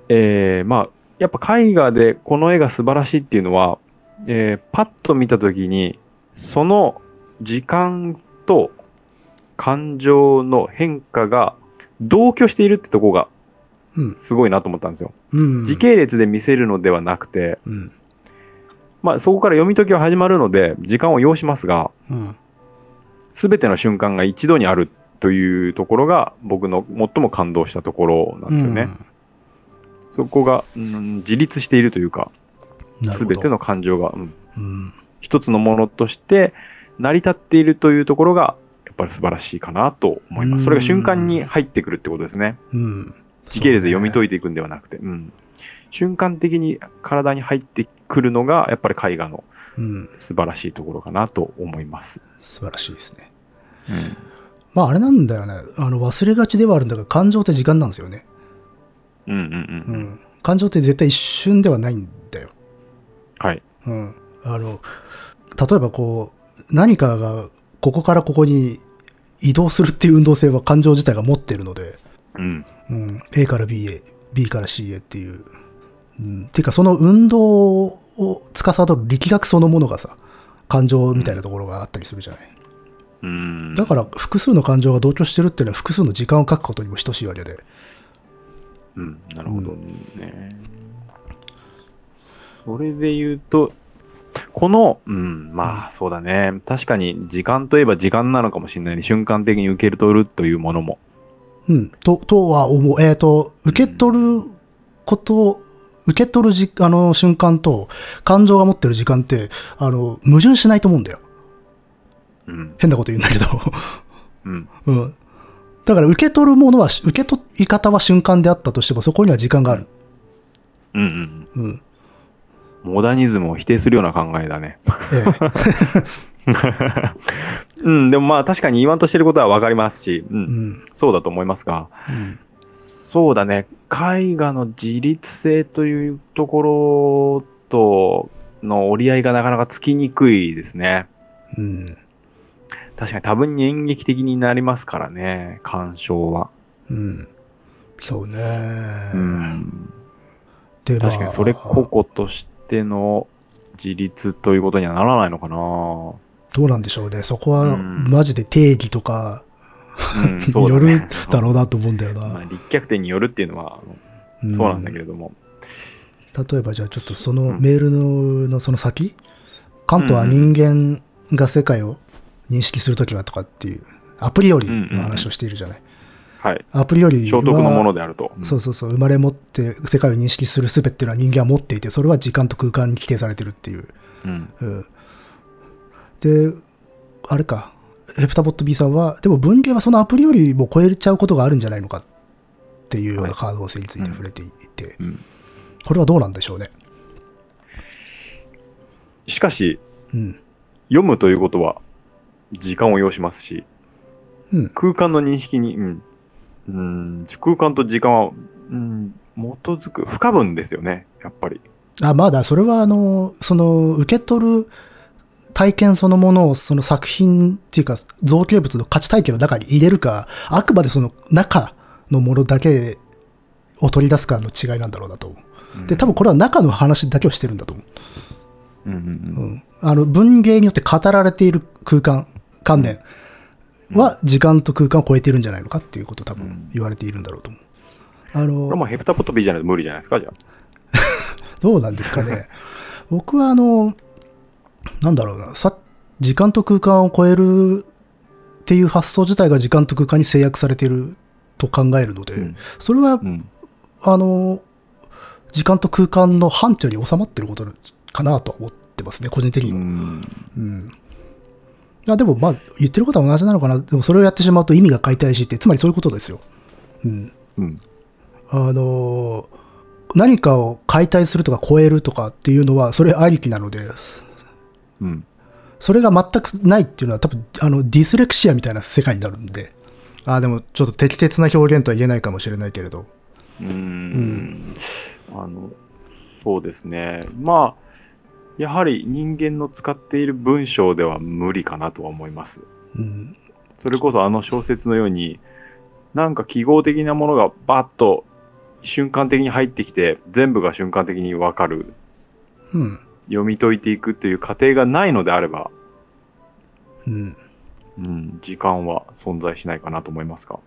えー、まあ、やっぱ絵画でこの絵が素晴らしいっていうのは、えー、パッと見たときに、その時間と感情の変化が同居しているってとこが
うん。
すごいなと思ったんですよ。
うん。
時系列で見せるのではなくて、
うん。
まあそこから読み解きは始まるので、時間を要しますが、
うん。
すべての瞬間が一度にあるというところが僕の最も感動したところなんですよね。そこが、うん、自立しているというか、
うん。なる
す
ほ
べて
ど。
の感情が、うん
うん。
一つのものとして成り立っているというところが、やっぱり素晴らしいかなと思いま
うん
す。それが瞬間に入ってくるってことですね。
うん。
時系列で読み解
いて。
いていくんではなくて、うん。瞬間的に体に入ってくるのが、やっぱり絵画の
うん。
素晴らしいところかなと思います。
素晴らしいですね。
うん
まああれなんだよね。あの忘れがちではあるんだが、感情って時間なんですよね。
うんうん
う
うん。
ん。感情って絶対一瞬ではないんだよ。
はい。
うん。あの、例えばこう、何かがここからここに移動するっていう運動性は感情自体が持ってるので、
うん。
うん。A から B へ、B から C へっていう。うん。ていうかその運動を司る力学そのものがさ、感情みたいなところがあったりするじゃない。
うん。
だから複数の感情が同居してるっていうのは複数の時間を書くことにも等しいわけで。
うん、なるほどね。それで言うと、この、うん、まあそうだね。確かに時間といえば時間なのかもしれないね。瞬間的に受け取るというものも。
うん。と、とは思う。えっ、と、受け取ること、受け取るじ、あの、瞬間と、感情が持ってる時間って、あの、矛盾しないと思うんだよ。
うん、
変なこと言うんだけど。
うん、
うん。だから、受け取るものは、受け取り方は瞬間であったとしても、そこには時間がある。
うん、うん。
うん。
モダニズムを否定するような考えだね。
ええ。
うん、でもまあ確かに言わんとしてることはわかりますし、う、
うんん。
そうだと思いますが、
うん。
そうだね。絵画の自立性というところとの折り合いがなかなかつきにくいですね。
うん。
確かに多分に演劇的になりますからね、鑑賞は。
うん。そうね。
うん。
で
確かにそれ
まあ
個々としての自立ということにはならないのかな
どうなんでしょうね。そこは、
うん
マジで定義とか、 [LAUGHS]
うん、
に
そう
よ
だ
る
ね。
だろうなと思うんだよ
まあ、
な。
立脚点によるっていうのは、そうなんだけれども。
例えばじゃあちょっとそのメールののその先、関東は
うん
人間が世界を認識するときはとかっていう、アプリよりの話をしているじゃない。
はい。
アプリよりは
聖徳のものであると。
そうそうそう、生まれ持って世界を認識する術っていうのは人間は持っていて、それは時間と空間に規定されてるっていう。
うん。
うん、で、あれか、ヘプタボット B さんは、でも文芸はそのアプリよりも超えちゃうことがあるんじゃないのかっていうような可能性について触れていて、
うん。
これはどうなんでしょうね。
しかし、
うん。
読むということは、時間を要しますし、
うん。
空間の認識に、うん、うん、空間と時間は、うん、基づく、不可分ですよね、やっぱり。
あ、まだ、それは、あの、その、受け取る体験そのものをその作品っていうか造形物の価値体系の中に入れるか、あくまでその中のものだけを取り出すかの違いなんだろうなと思う。で、多分これは中の話だけをしてるんだと思う。
うんうんうん
うんあの文芸によって語られている空間、観念は時間と空間を超えているんじゃないのかっていうことを多分言われているんだろうと思う。あ
これ
の、
もうヘプタポトビじゃないと無理じゃないですか、じゃあ。
どうなんですかね。僕はあの、なんだろうな、さ、時間と空間を超えるっていう発想自体が時間と空間に制約されていると考えるので、
うん
それは、
ん。
あの、時間と空間の範疇に収まってることかなとは思ってますね、個人的には。
うん。
うん。あでも、まあ、言ってることは同じなのかな。でも、それをやってしまうと意味が解体して、つまりそういうことですよ。うん。
うん。
あのー何かを解体するとか超えるとかっていうのは、それありきなので、
うん。
それが全くないっていうのは、多分あの、ディスレクシアみたいな世界になるんで。あーでも、ちょっと適切な表現とは言えないかもしれないけれど。
うん。あの、そうですね。まあ、やはり人間の使っている文章では無理かなとは思います。
うん。
それこそあの小説のように、なんか記号的なものがバッと瞬間的に入ってきて、全部が瞬間的にわかる、
うん。
読み解いていくという過程がないのであれば、
うん。
うん、時間は存在しないかなと思いますか。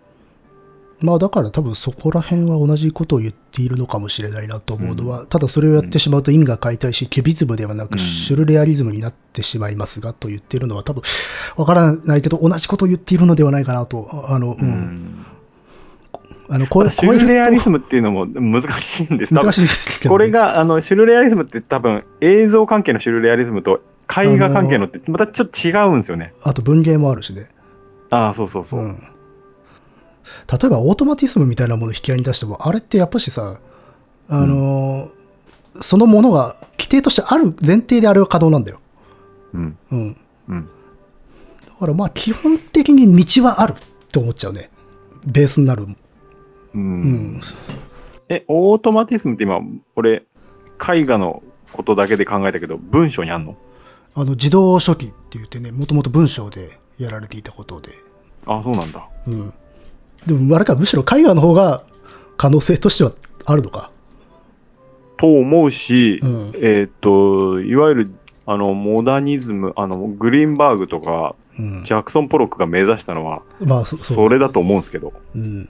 まあだから多分そこら辺は同じことを言っているのかもしれないなと思うのは、ただそれをやってしまうと意味が解体し、ケビズムではな
うん
くシュルレアリズムになってしまいますが、と言っているのは多分わからないけど、同じことを言っているのではないかなと、ああの、うん
うん
あの、これ、
シュルレアリズ
ム
ムっていうのも難しいんです。多分
難しいですけど
こ
ね、
れが、あの、シュルレアリズムって多分映像関係のシュルレアリズムと絵画関係のってまたちょっと違うんですよね。
あと文芸もあるしね。
ああ、そうそうそう。
うん。例えばオートマティズムみたいなものを引き合いに出しても、あれってやっぱしさ、あのーそのものが規定としてある前提であれは可能なんだよ。
うん。
うん。
うん。
だからまあ基本的に道はあるって思っちゃうね。ベースになる。
う。
うんん。
え、オートマティズムって今、俺、絵画のことだけで考えたけど、文章にあんの
あの、自動書記って言ってね、もともと文章でやられていたことで。
ああ、そうなんだ。
うん。でもあれか、むしろ絵画の方が可能性としてはあるのか。
と思うし、
うん
えーっと、いわゆる、あの、モダニズム、あの、グリーンバーグとか、
うん。
ジャクソン・ポロックが目指したのは、
まあそ、
それだと思うんですけど。
う。うん。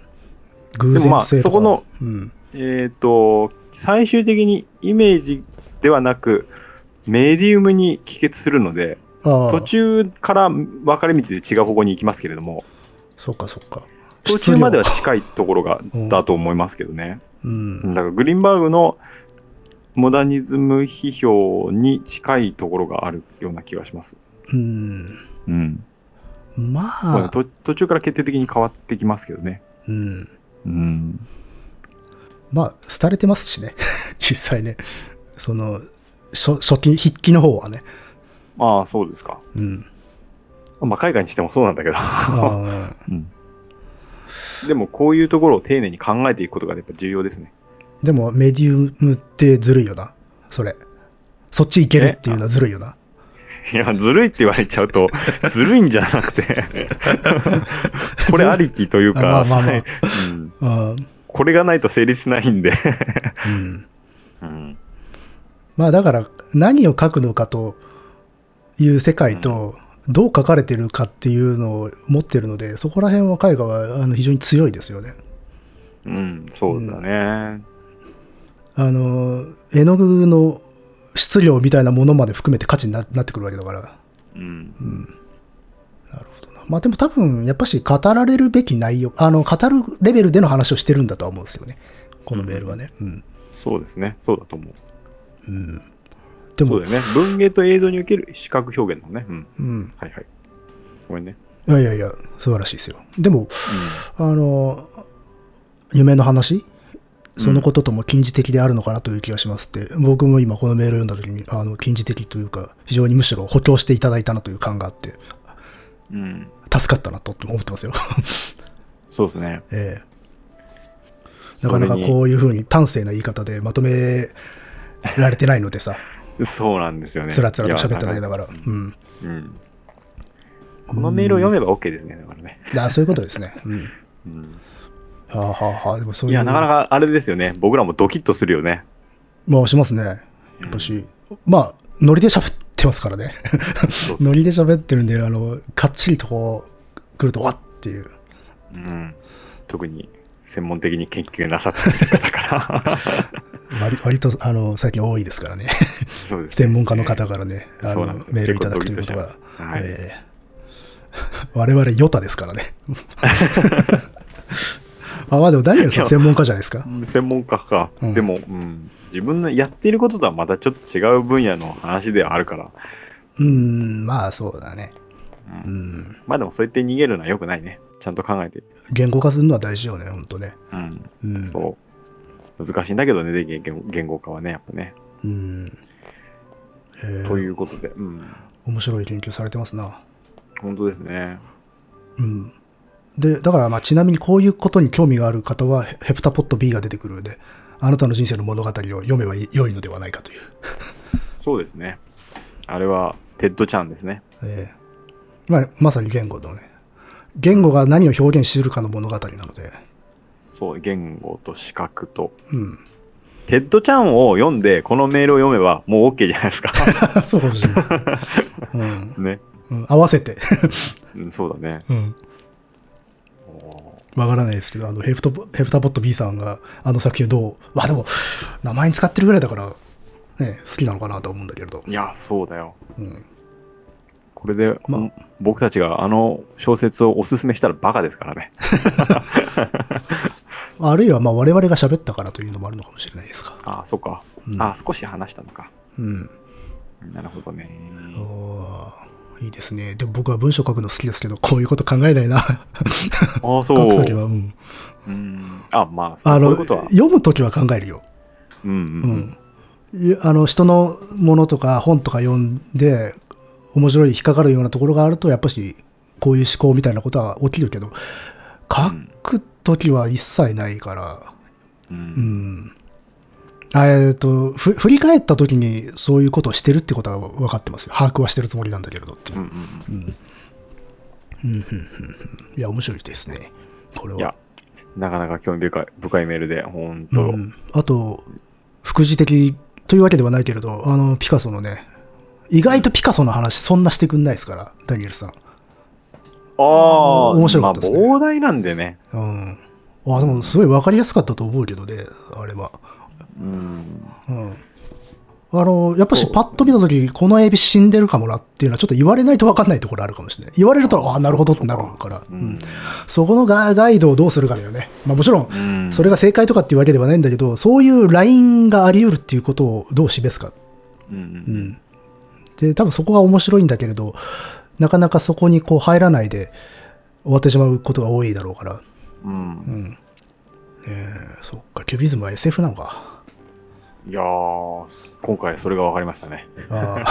偶然性とか。
でもまあそこの、
うん。
えっ、と、最終的にイメージではなく、メディウムに帰結するので、
ああ
途中から分かれ道で違う方向に行きますけれども、
そっかそっか。
途中までは
質量。
近いところが、
うん
だと思いますけどね。
うん。
だからグリーンバーグのモダニズム批評に近いところがあるような気がします。
うん。
うん。
ま
まあ
あ、
と途中から決定的に変わってきますけどね。
うん。
うん。
まあ、廃れてますしね。 [LAUGHS] 実際ね。その、初初期、筆記の方はね。
まあ、そうですか。
うん。
まあ、海外にしてもそうなんだけど。
あー
でもこういうところを丁寧に考えていくことがやっぱ重要ですね。 [LAUGHS]
でも、メディウムってずるいよな。それ。そっち行けるっていうのはずるいよな。
いや、ずるいって言われちゃうと、 [LAUGHS] ずるいんじゃなくて、 [LAUGHS] これありきというか、
あまあまあまあ
はいうん
あ
これがないと成立しないんで、
ーうん。
うん
まあ、だから、何を書くのかという世界と、どう書かれてるかっていうのを持ってるので、そこら辺は絵画はあの非常に強いですよね。
うん、そうだね。
あの、絵の具の質量みたいなものまで含めて価値にななってくるわけだから。
うん。
まあでも多分、やっぱし語られるべき内容、あの、語るレベルでの話をしてるんだとは思うんですよね。このメールはね。うん。
そうですね。そうだと思う。
で
そ
も、
うだよね。文芸と映像における視覚表現のね。うん。
うん。
はいはい。ごめんね。
いやいやいや、素晴らしいですよ。でも、あの、夢の話そのこととも近似的であるのかなという気がしますって、僕も今このメールを読んだ時に、あの、近似的というか、非常にむしろ補強していただいたなという感があって、
うん。
助かったなと思ってますよ。 [LAUGHS]
そうですね。
ええなかなか
それに [LAUGHS]
こういうふうに端正な言い方でまとめられてないのでさ。
そうなんですよね。
つらつらと喋っただけ
いや
だから。うん。
なんかうん。このメールを読めば OK ですね、だからね。
あそういうことですね。うん。
うん
はあ、はあはあ、でもそ
い
ういう。
や、なかなかあれですよね。僕らもドキッとするよね。
まあ、しますね。やっぱし、まあ、ノリで喋ってますからね。
そうそう
[LAUGHS] ノリで喋ってるんで、あの、かっちりとこう、来ると、わっっていう。
うん、特に専門的に研究なさっている方から
[LAUGHS] 割割と、あの、最近多いですからね。
そうですね
専門家の方からね、
えー
あ
そ
の
うなんですよ
メールいただくということが
結構ドキッとしてますはい
えー [LAUGHS] 我々、ヨタですからね。 [LAUGHS] あまあでも、ダニエルさん専門家じゃないですか
う。ん専門家か、
うん
でも、うん、自分のやっていることとはまたちょっと違う分野の話ではあるから、
うん、まあそうだね。
う
うんん。
まあでもそう言って逃げるのは良くないねちゃんと考えて、
言語化するのは大事よね、本当ね。
うん
うん。
そう難しいんだけどねで言言言語化はねやっぱね、
うん。えー
ということで、うん、
面白い研究されてますな。
本当ですね
うん。で、だから、まあ、ちなみにこういうことに興味がある方は、ヘヘプタポット B が出てくるので、あなたの人生の物語を読めばいい良いのではないかという。
そうですねあれはテッドちゃんですね
ええまあ、まさに言語のね。言語が何を表現しているかの物語なので。
そう言語と視覚と
[LAUGHS] うん。
テッドちゃんを読んでこのメールを読めばもう OK じゃないで
[LAUGHS]
すか
そうかもしれないですね、
ね、
うん。うん。合わせて。
うん、そうだね
うん。わからないですけど、あの、ヘプト、ヘプタポット B さんが、あの作品をどう、まあでも、名前に使ってるぐらいだから、ね、好きなのかなと思うんだけれど。
いやそうだよ
うん。
これで、
まあ
うん僕たちがあの小説をおすすめしたらバカですからね
あるいは、まあ我々が喋ったからというのもあるのかもしれないですか。
ああそっか、
うん
ああ少し話したのか
うん。
なるほどね
おーいいですね。でも僕は文章書くの好きですけど、こういうこと考えないな。
ああ
[LAUGHS] 書
そ
くときは、
う
うん。
うんあまあそう
あ
そうい
の
うことは
読むときは考えるよ、
うんう
うんんいあの人のものとか本とか読んで面白い引っかかるようなところがあるとやっぱしこういう思考みたいなことは起きるけど書くときは一切ないから、
うん、
うんあえっとふ振り返ったときにそういうことをしてるってことは分かってますよ把握はしてるつもりなんだけれどっていうう、
んうん
いや面白いですねこれ
う
は
んいやなかなか興味深い深いメールで本当、
うん、あと副次的というわけではないけれどあのピカソのね意外とピカソの話そんなしてくんないですからダニエルさん
ああ
面白かったですね
まあ、膨大なんでね
うんあでもすごい分かりやすかったと思うけどねあれは
うん
うんあのやっぱし
そう
パッと見た時このエビ死んでるかもなっていうのはちょっと言われないと分かんないところあるかもしれない言われるとああなるほどってなるから
う
うんん、そこのガガイドをどうするかだよね、まあ、もちろん
うん
それが正解とかっていうわけではないんだけどそういうラインがあり得るっていうことをどう示すか
うんう
うんん、で多分そこが面白いんだけれどなかなかそこにこう入らないで終わってしまうことが多いだろうから、
うん
うんえーそっかキュビズムは SF なのか
いやー、今回それが分かりましたね。
あ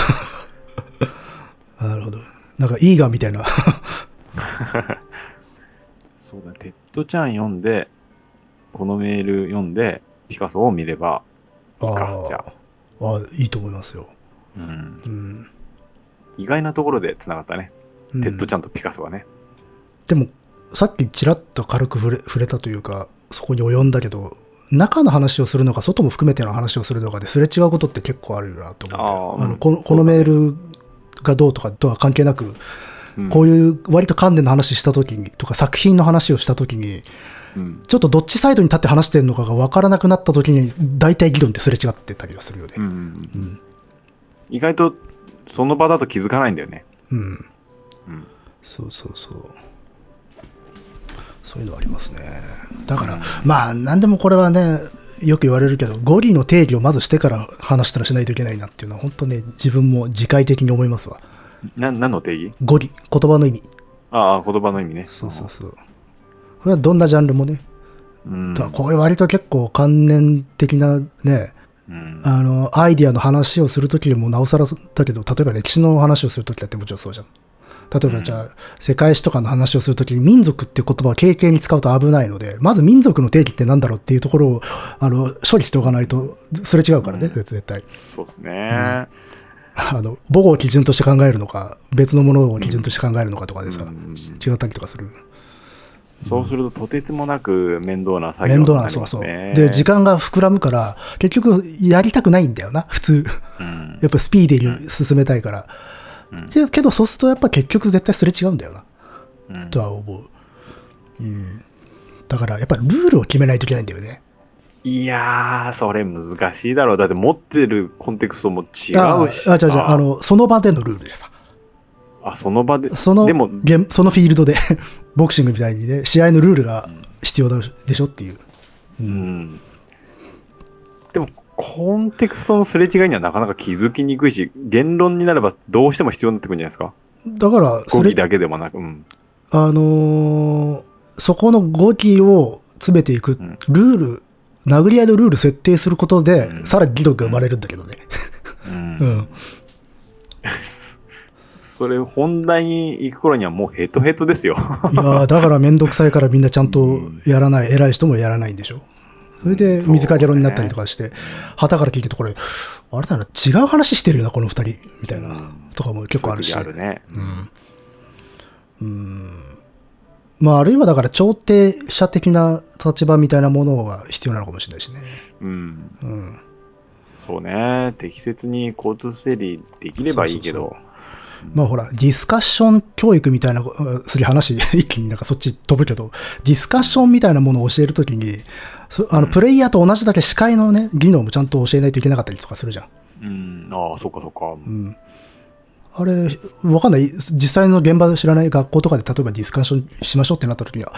あ [LAUGHS] なるほどなんかイーガンみたいな
そうだ、テッドちゃん読んで、このメール読んで、ピカソを見れば、
あ
いいかじゃ
ー
あ
あーいいと思いますよ、
うん、
うん
意外なところで繋がったね。
うん
テッドちゃんとピカソがね。
でもさっきちらっと軽く触れ触れたというかそこに及んだけど中の話をするのか外も含めての話をするのかですれ違うことって結構あるよなと思うん
あー
だよあ
う
の
ん
このこのメールがどうとかとは関係なく、
うん
こういう割と観念の話した時にとか作品の話をした時に
うん。
ちょっとどっちサイドに立って話してるのかが分からなくなった時に大体議論ってすれ違ってたりはするよね
う。ん。
うん
意外と、その場だと気づかないんだよね。
うん、
うん。
そうそうそう。そういうのはありますね。だから、まあ、なんでもこれはね、よく言われるけど、語彙の定義をまずしてから話したらしないといけないなっていうのは、本当ね、自分も自戒的に思いますわ。
な、何の定義
語彙、言葉の意味。
ああ、言葉の意味ね。
そうそうそう。これはどんなジャンルもね、
うん。
だからこういう割と結構関連的なね、
うん。
あの、アイディアの話をするときもなおさらだけど、例えば歴史の話をするときだってもちろんそうじゃん。例えばじゃあ、世界史とかの話をするときに民族っていう言葉を軽々に使うと危ないので、まず民族の定義ってなんだろうっていうところを、あの、処理しておかないと、それ違うからね、絶対。
そうですね。
あの、母語を基準として考えるのか、別のものを基準として考えるのかとかでさ、
うん
違ったりとかする。
そうすると、とてつもなく面倒な作業
面
に
倒
な
な、
り
そう
ます
そう。
ね。
で、時間が膨らむから、結局やりたくないんだよな、普通。
うん
やっぱスピーディーに進めたいから。
うん
でけど、そうするとやっぱ結局絶対すれ違うんだよな、
うん
とは思う。うん。だから、やっぱルールを決めないといけないんだよね。
いやー、それ難しいだろう。だって持ってるコンテクストも違うし
ああ、
さ。
あじゃあじゃあ、あの、その場でのルールでさ。
あ、その場で。
その、
でも、
ゲームそのフィールドで、 [LAUGHS] ボクシングみたいにね、試合のルールが必要だでしょっていう。
うん。でも、コンテクストのすれ違いにはなかなか気づきにくいし、言論になればどうしても必要になってくるんじゃないですか。
だから、
語
それ
義、だけでもなく。うん。
あのーそこの語気を詰めていく、
ん
ルール、殴り合いのルール設定することで、さらに議論が生まれるんだけどね。
う。
うんん。
それ、本題に行く頃にはもうヘトヘトですよ。
[LAUGHS] いやーだからめんどくさいからみんなちゃんとやらない、偉い人もやらないんでしょ。それで水かけ論になったりとかして、旗から聞いてとこれ、あれだな、違う話してるよな、この二人、みたいな、とかも結構あるし
そうい。う時あるね。
まあ、あるいはだから、調停者的な立場みたいなものが必要なのかもしれないしね。
うん。
うん。
そうね。適切に交通整理できればいいけ
そう
ど
そう。まあほら、ディスカッション教育みたいな、うんする話、一気になんかそっち飛ぶけど、ディスカッションみたいなものを教えるときに、そあの、プレイヤーと同じだけ司会のね、技能もちゃんと教えないといけなかったりとかするじゃん。
うん。ああ、そっかそっか。
うん。あれ、わかんない。実際の現場で知らない学校とかで、例えばディスカッションしましょうってなったときには、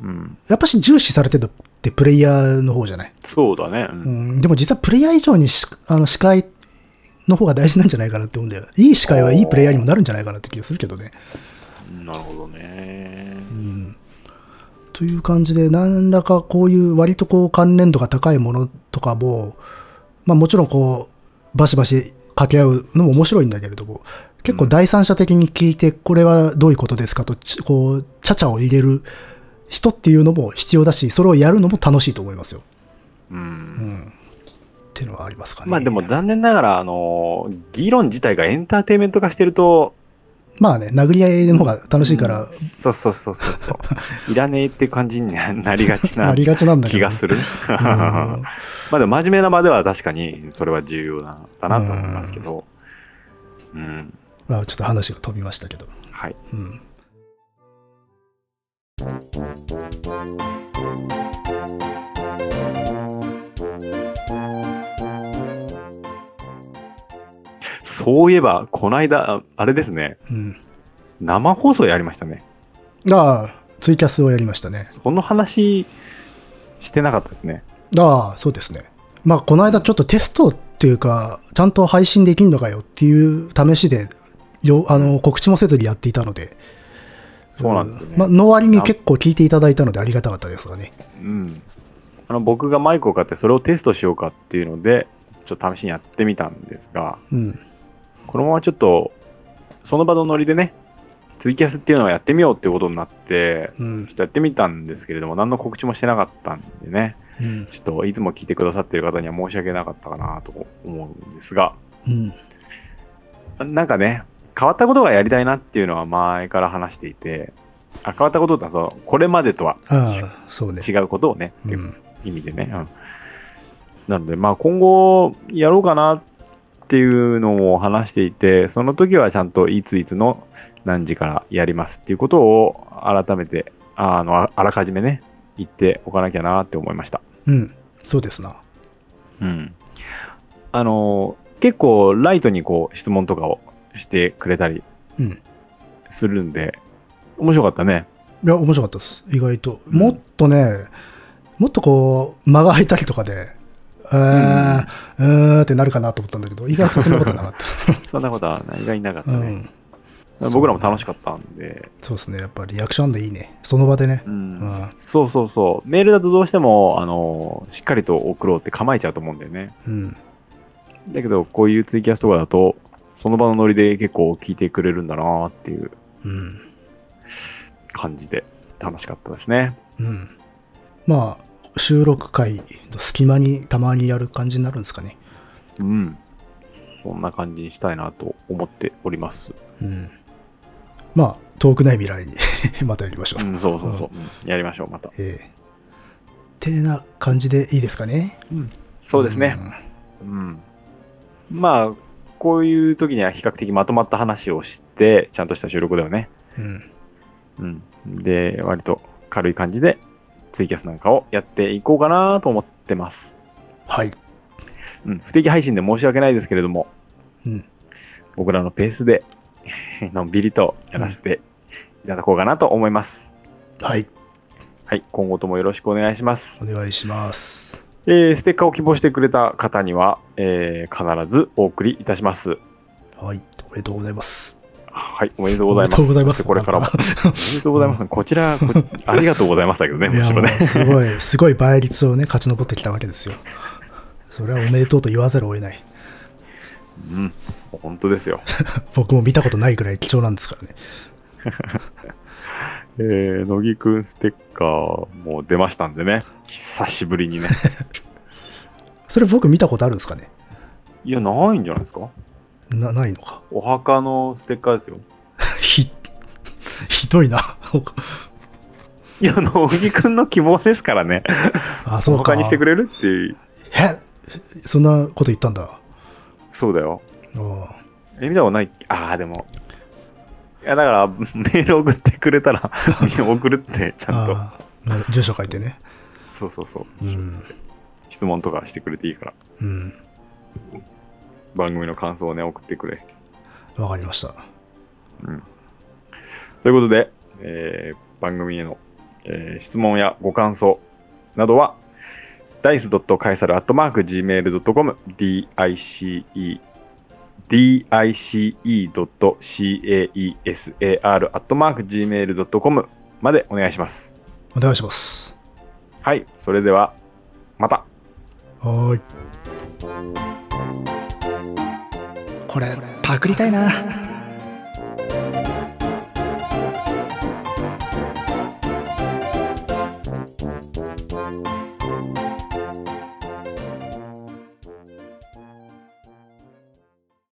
うん。
やっぱし重視されてるのってプレイヤーの方じゃない。
そうだね。うん
うん、でも実はプレイヤー以上にしあの司会の方が大事なんじゃないかなって思うんだよ。いい司会はいいプレイヤーにもなるんじゃないかなって気がするけどね。
なるほどね。
という感じで、何らかこういう割とこう関連度が高いものとかも、まあもちろんこう、バシバシ掛け合うのも面白いんだけれども、結構第三者的に聞いて、これはどういうことですかと、ちこう、ちゃちゃを入れる人っていうのも必要だし、それをやるのも楽しいと思いますよ。
うん。
っていうのはありますかね。
まあでも、残念ながら、あの、議論自体がエンターテインメント化してると、
まあね、殴り合いの方が楽しいから、
そうそうそうそうそう。い [LAUGHS] らねえって感じにななりがち
[LAUGHS] な
な
りがちなんだけど。
気がする。 [LAUGHS] まあでも真面目な場では確かにそれは重要なんだなと思いますけど。うん。
まあちょっと話が飛びましたけど。
はい。
うん。
そういえば、こないだ、あれですね、
うん。
生放送やりましたね。
ああ、ツイキャスをやりましたね。
その話してなかったですね。
ああ、そうですね。まあ、この間ちょっとテストっていうか、ちゃんと配信できるのかよっていう試しで、よあの告知もせずにやっていたので、
そうなんですよね。
まあ、の割に結構聞いていただいたのでありがたかったですがね。
うん、あの僕がマイクを買ってそれをテストしようかっていうのでちょっと試しにやってみたんですが
うん。
このままちょっとその場のノリでねツイキャスっていうのをやってみようっていうことになって
うん
ちょ。っとやってみたんですけれども何の告知もしてなかったんでね
うん。
ちょっといつも聞いてくださってる方には申し訳なかったかなと思うんですが
うん。
なんかね変わったことがやりたいなっていうのは前から話していてあ変わったことだとこれまでとは
ああ、そうね。
違うことをねって
う。
いうん意味でね。うん、なので、まあ、今後やろうかなっていうのを話していて、その時はちゃんといついつの何時からやりますっていうことを改めて、ああのああらかじめね、言っておかなきゃなって思いました。
うん。そうですな。
うん。あの、結構ライトにこう質問とかをしてくれたり
うん。い
するんで、面白かった [LAUGHS] ね。
や、面白かったです。意外と。
ん
もっとね、もっとこう、間が空いたりとかで、えー、うーんってなるかなと思ったんだけど、意外とそんなことなかっ。
[LAUGHS] そんなことは意外になかったた
う
ね。
ん。
僕らも楽しかったんで、
そうですね。やっぱリアクションでいいね。その場でね。
うん
うん
そうそうそう。メールだとどうしても、あの、しっかりと送ろうって構えちゃうと思うんだよね。
うん。
だけど、こういうツイキャスとかだと、その場のノリで結構聞いてくれるんだなっていう
うん。
感じで楽しかったですね。
うん。まあ、収録会の隙間にたまにやる感じになるんですかね。
うん。そんな感じにしたいなと思っております。
うん。まあ、遠くない未来に [LAUGHS] またやりましょう。
うん、そうそうそう。うんやりましょう、また。
ええてな感じでいいですかね。
そうですね。うん。まあ、こういう時には比較的まとまった話をして、ちゃんとした収録だよね。
うん。うん。
うん。で、割と軽い感じで、ツイキャスなんかをやっていこうかなと思ってます。
はい。
うん。不定期配信で申し訳ないですけれども、
うん。
僕らのペースで、 [LAUGHS] のんびりとやらせていただこうかなと思います。
はい。
はい。今後ともよろしくお願いします
お。願いします。
えーステッカーを希望してくれた方には、えー必ずお送りいたします。
はい。おめでとうございます。
はい、おめでとうございます。
おめでとうございま
そし
す。
てこれ
[LAUGHS]
からも。
なん
おめでとうございます。こちら、こありがとうございましたけどね、
い
む
や
しろ
もう
ね。
すごい、すごい倍率をね、勝ち残ってきたわけですよ。それはおめでとうと言わざるを得ない。
うん、本当ですよ。
僕も見たことないぐらい貴重なんですからね。
えー、乃木くんステッカーも出ましたんでね。久しぶりに [LAUGHS] ね。
それ僕見たことあるんですかね
いや、ないんじゃないですか
な、ないのか。 [LAUGHS]
お墓のステッカーですよ。
ひ、ひどいな。
いや、乃木くんの希望ですからね。
あ、そ
お
うか。
墓にしてくれるっていう。
えそんなこと言ったんだ。
そうだよ。
うん
え、見たことない。ああ、でも。いや、だから、 [LAUGHS] メール送ってくれた [LAUGHS] ら、送るって、ちゃんと。
あーなる住所書いてね。
そうそうそう。
うん。
質問とかしてくれていいから。
うん。
番組の感想をね、送ってくれ。
わかりました。
ということで、えー番組への、えー質問やご感想などは、dice.caesar.gmail.com dice dice.caesar.gmail.com までお願いします。
お願いします。
はい、それでは、また
はーい。これ、パクりたいな。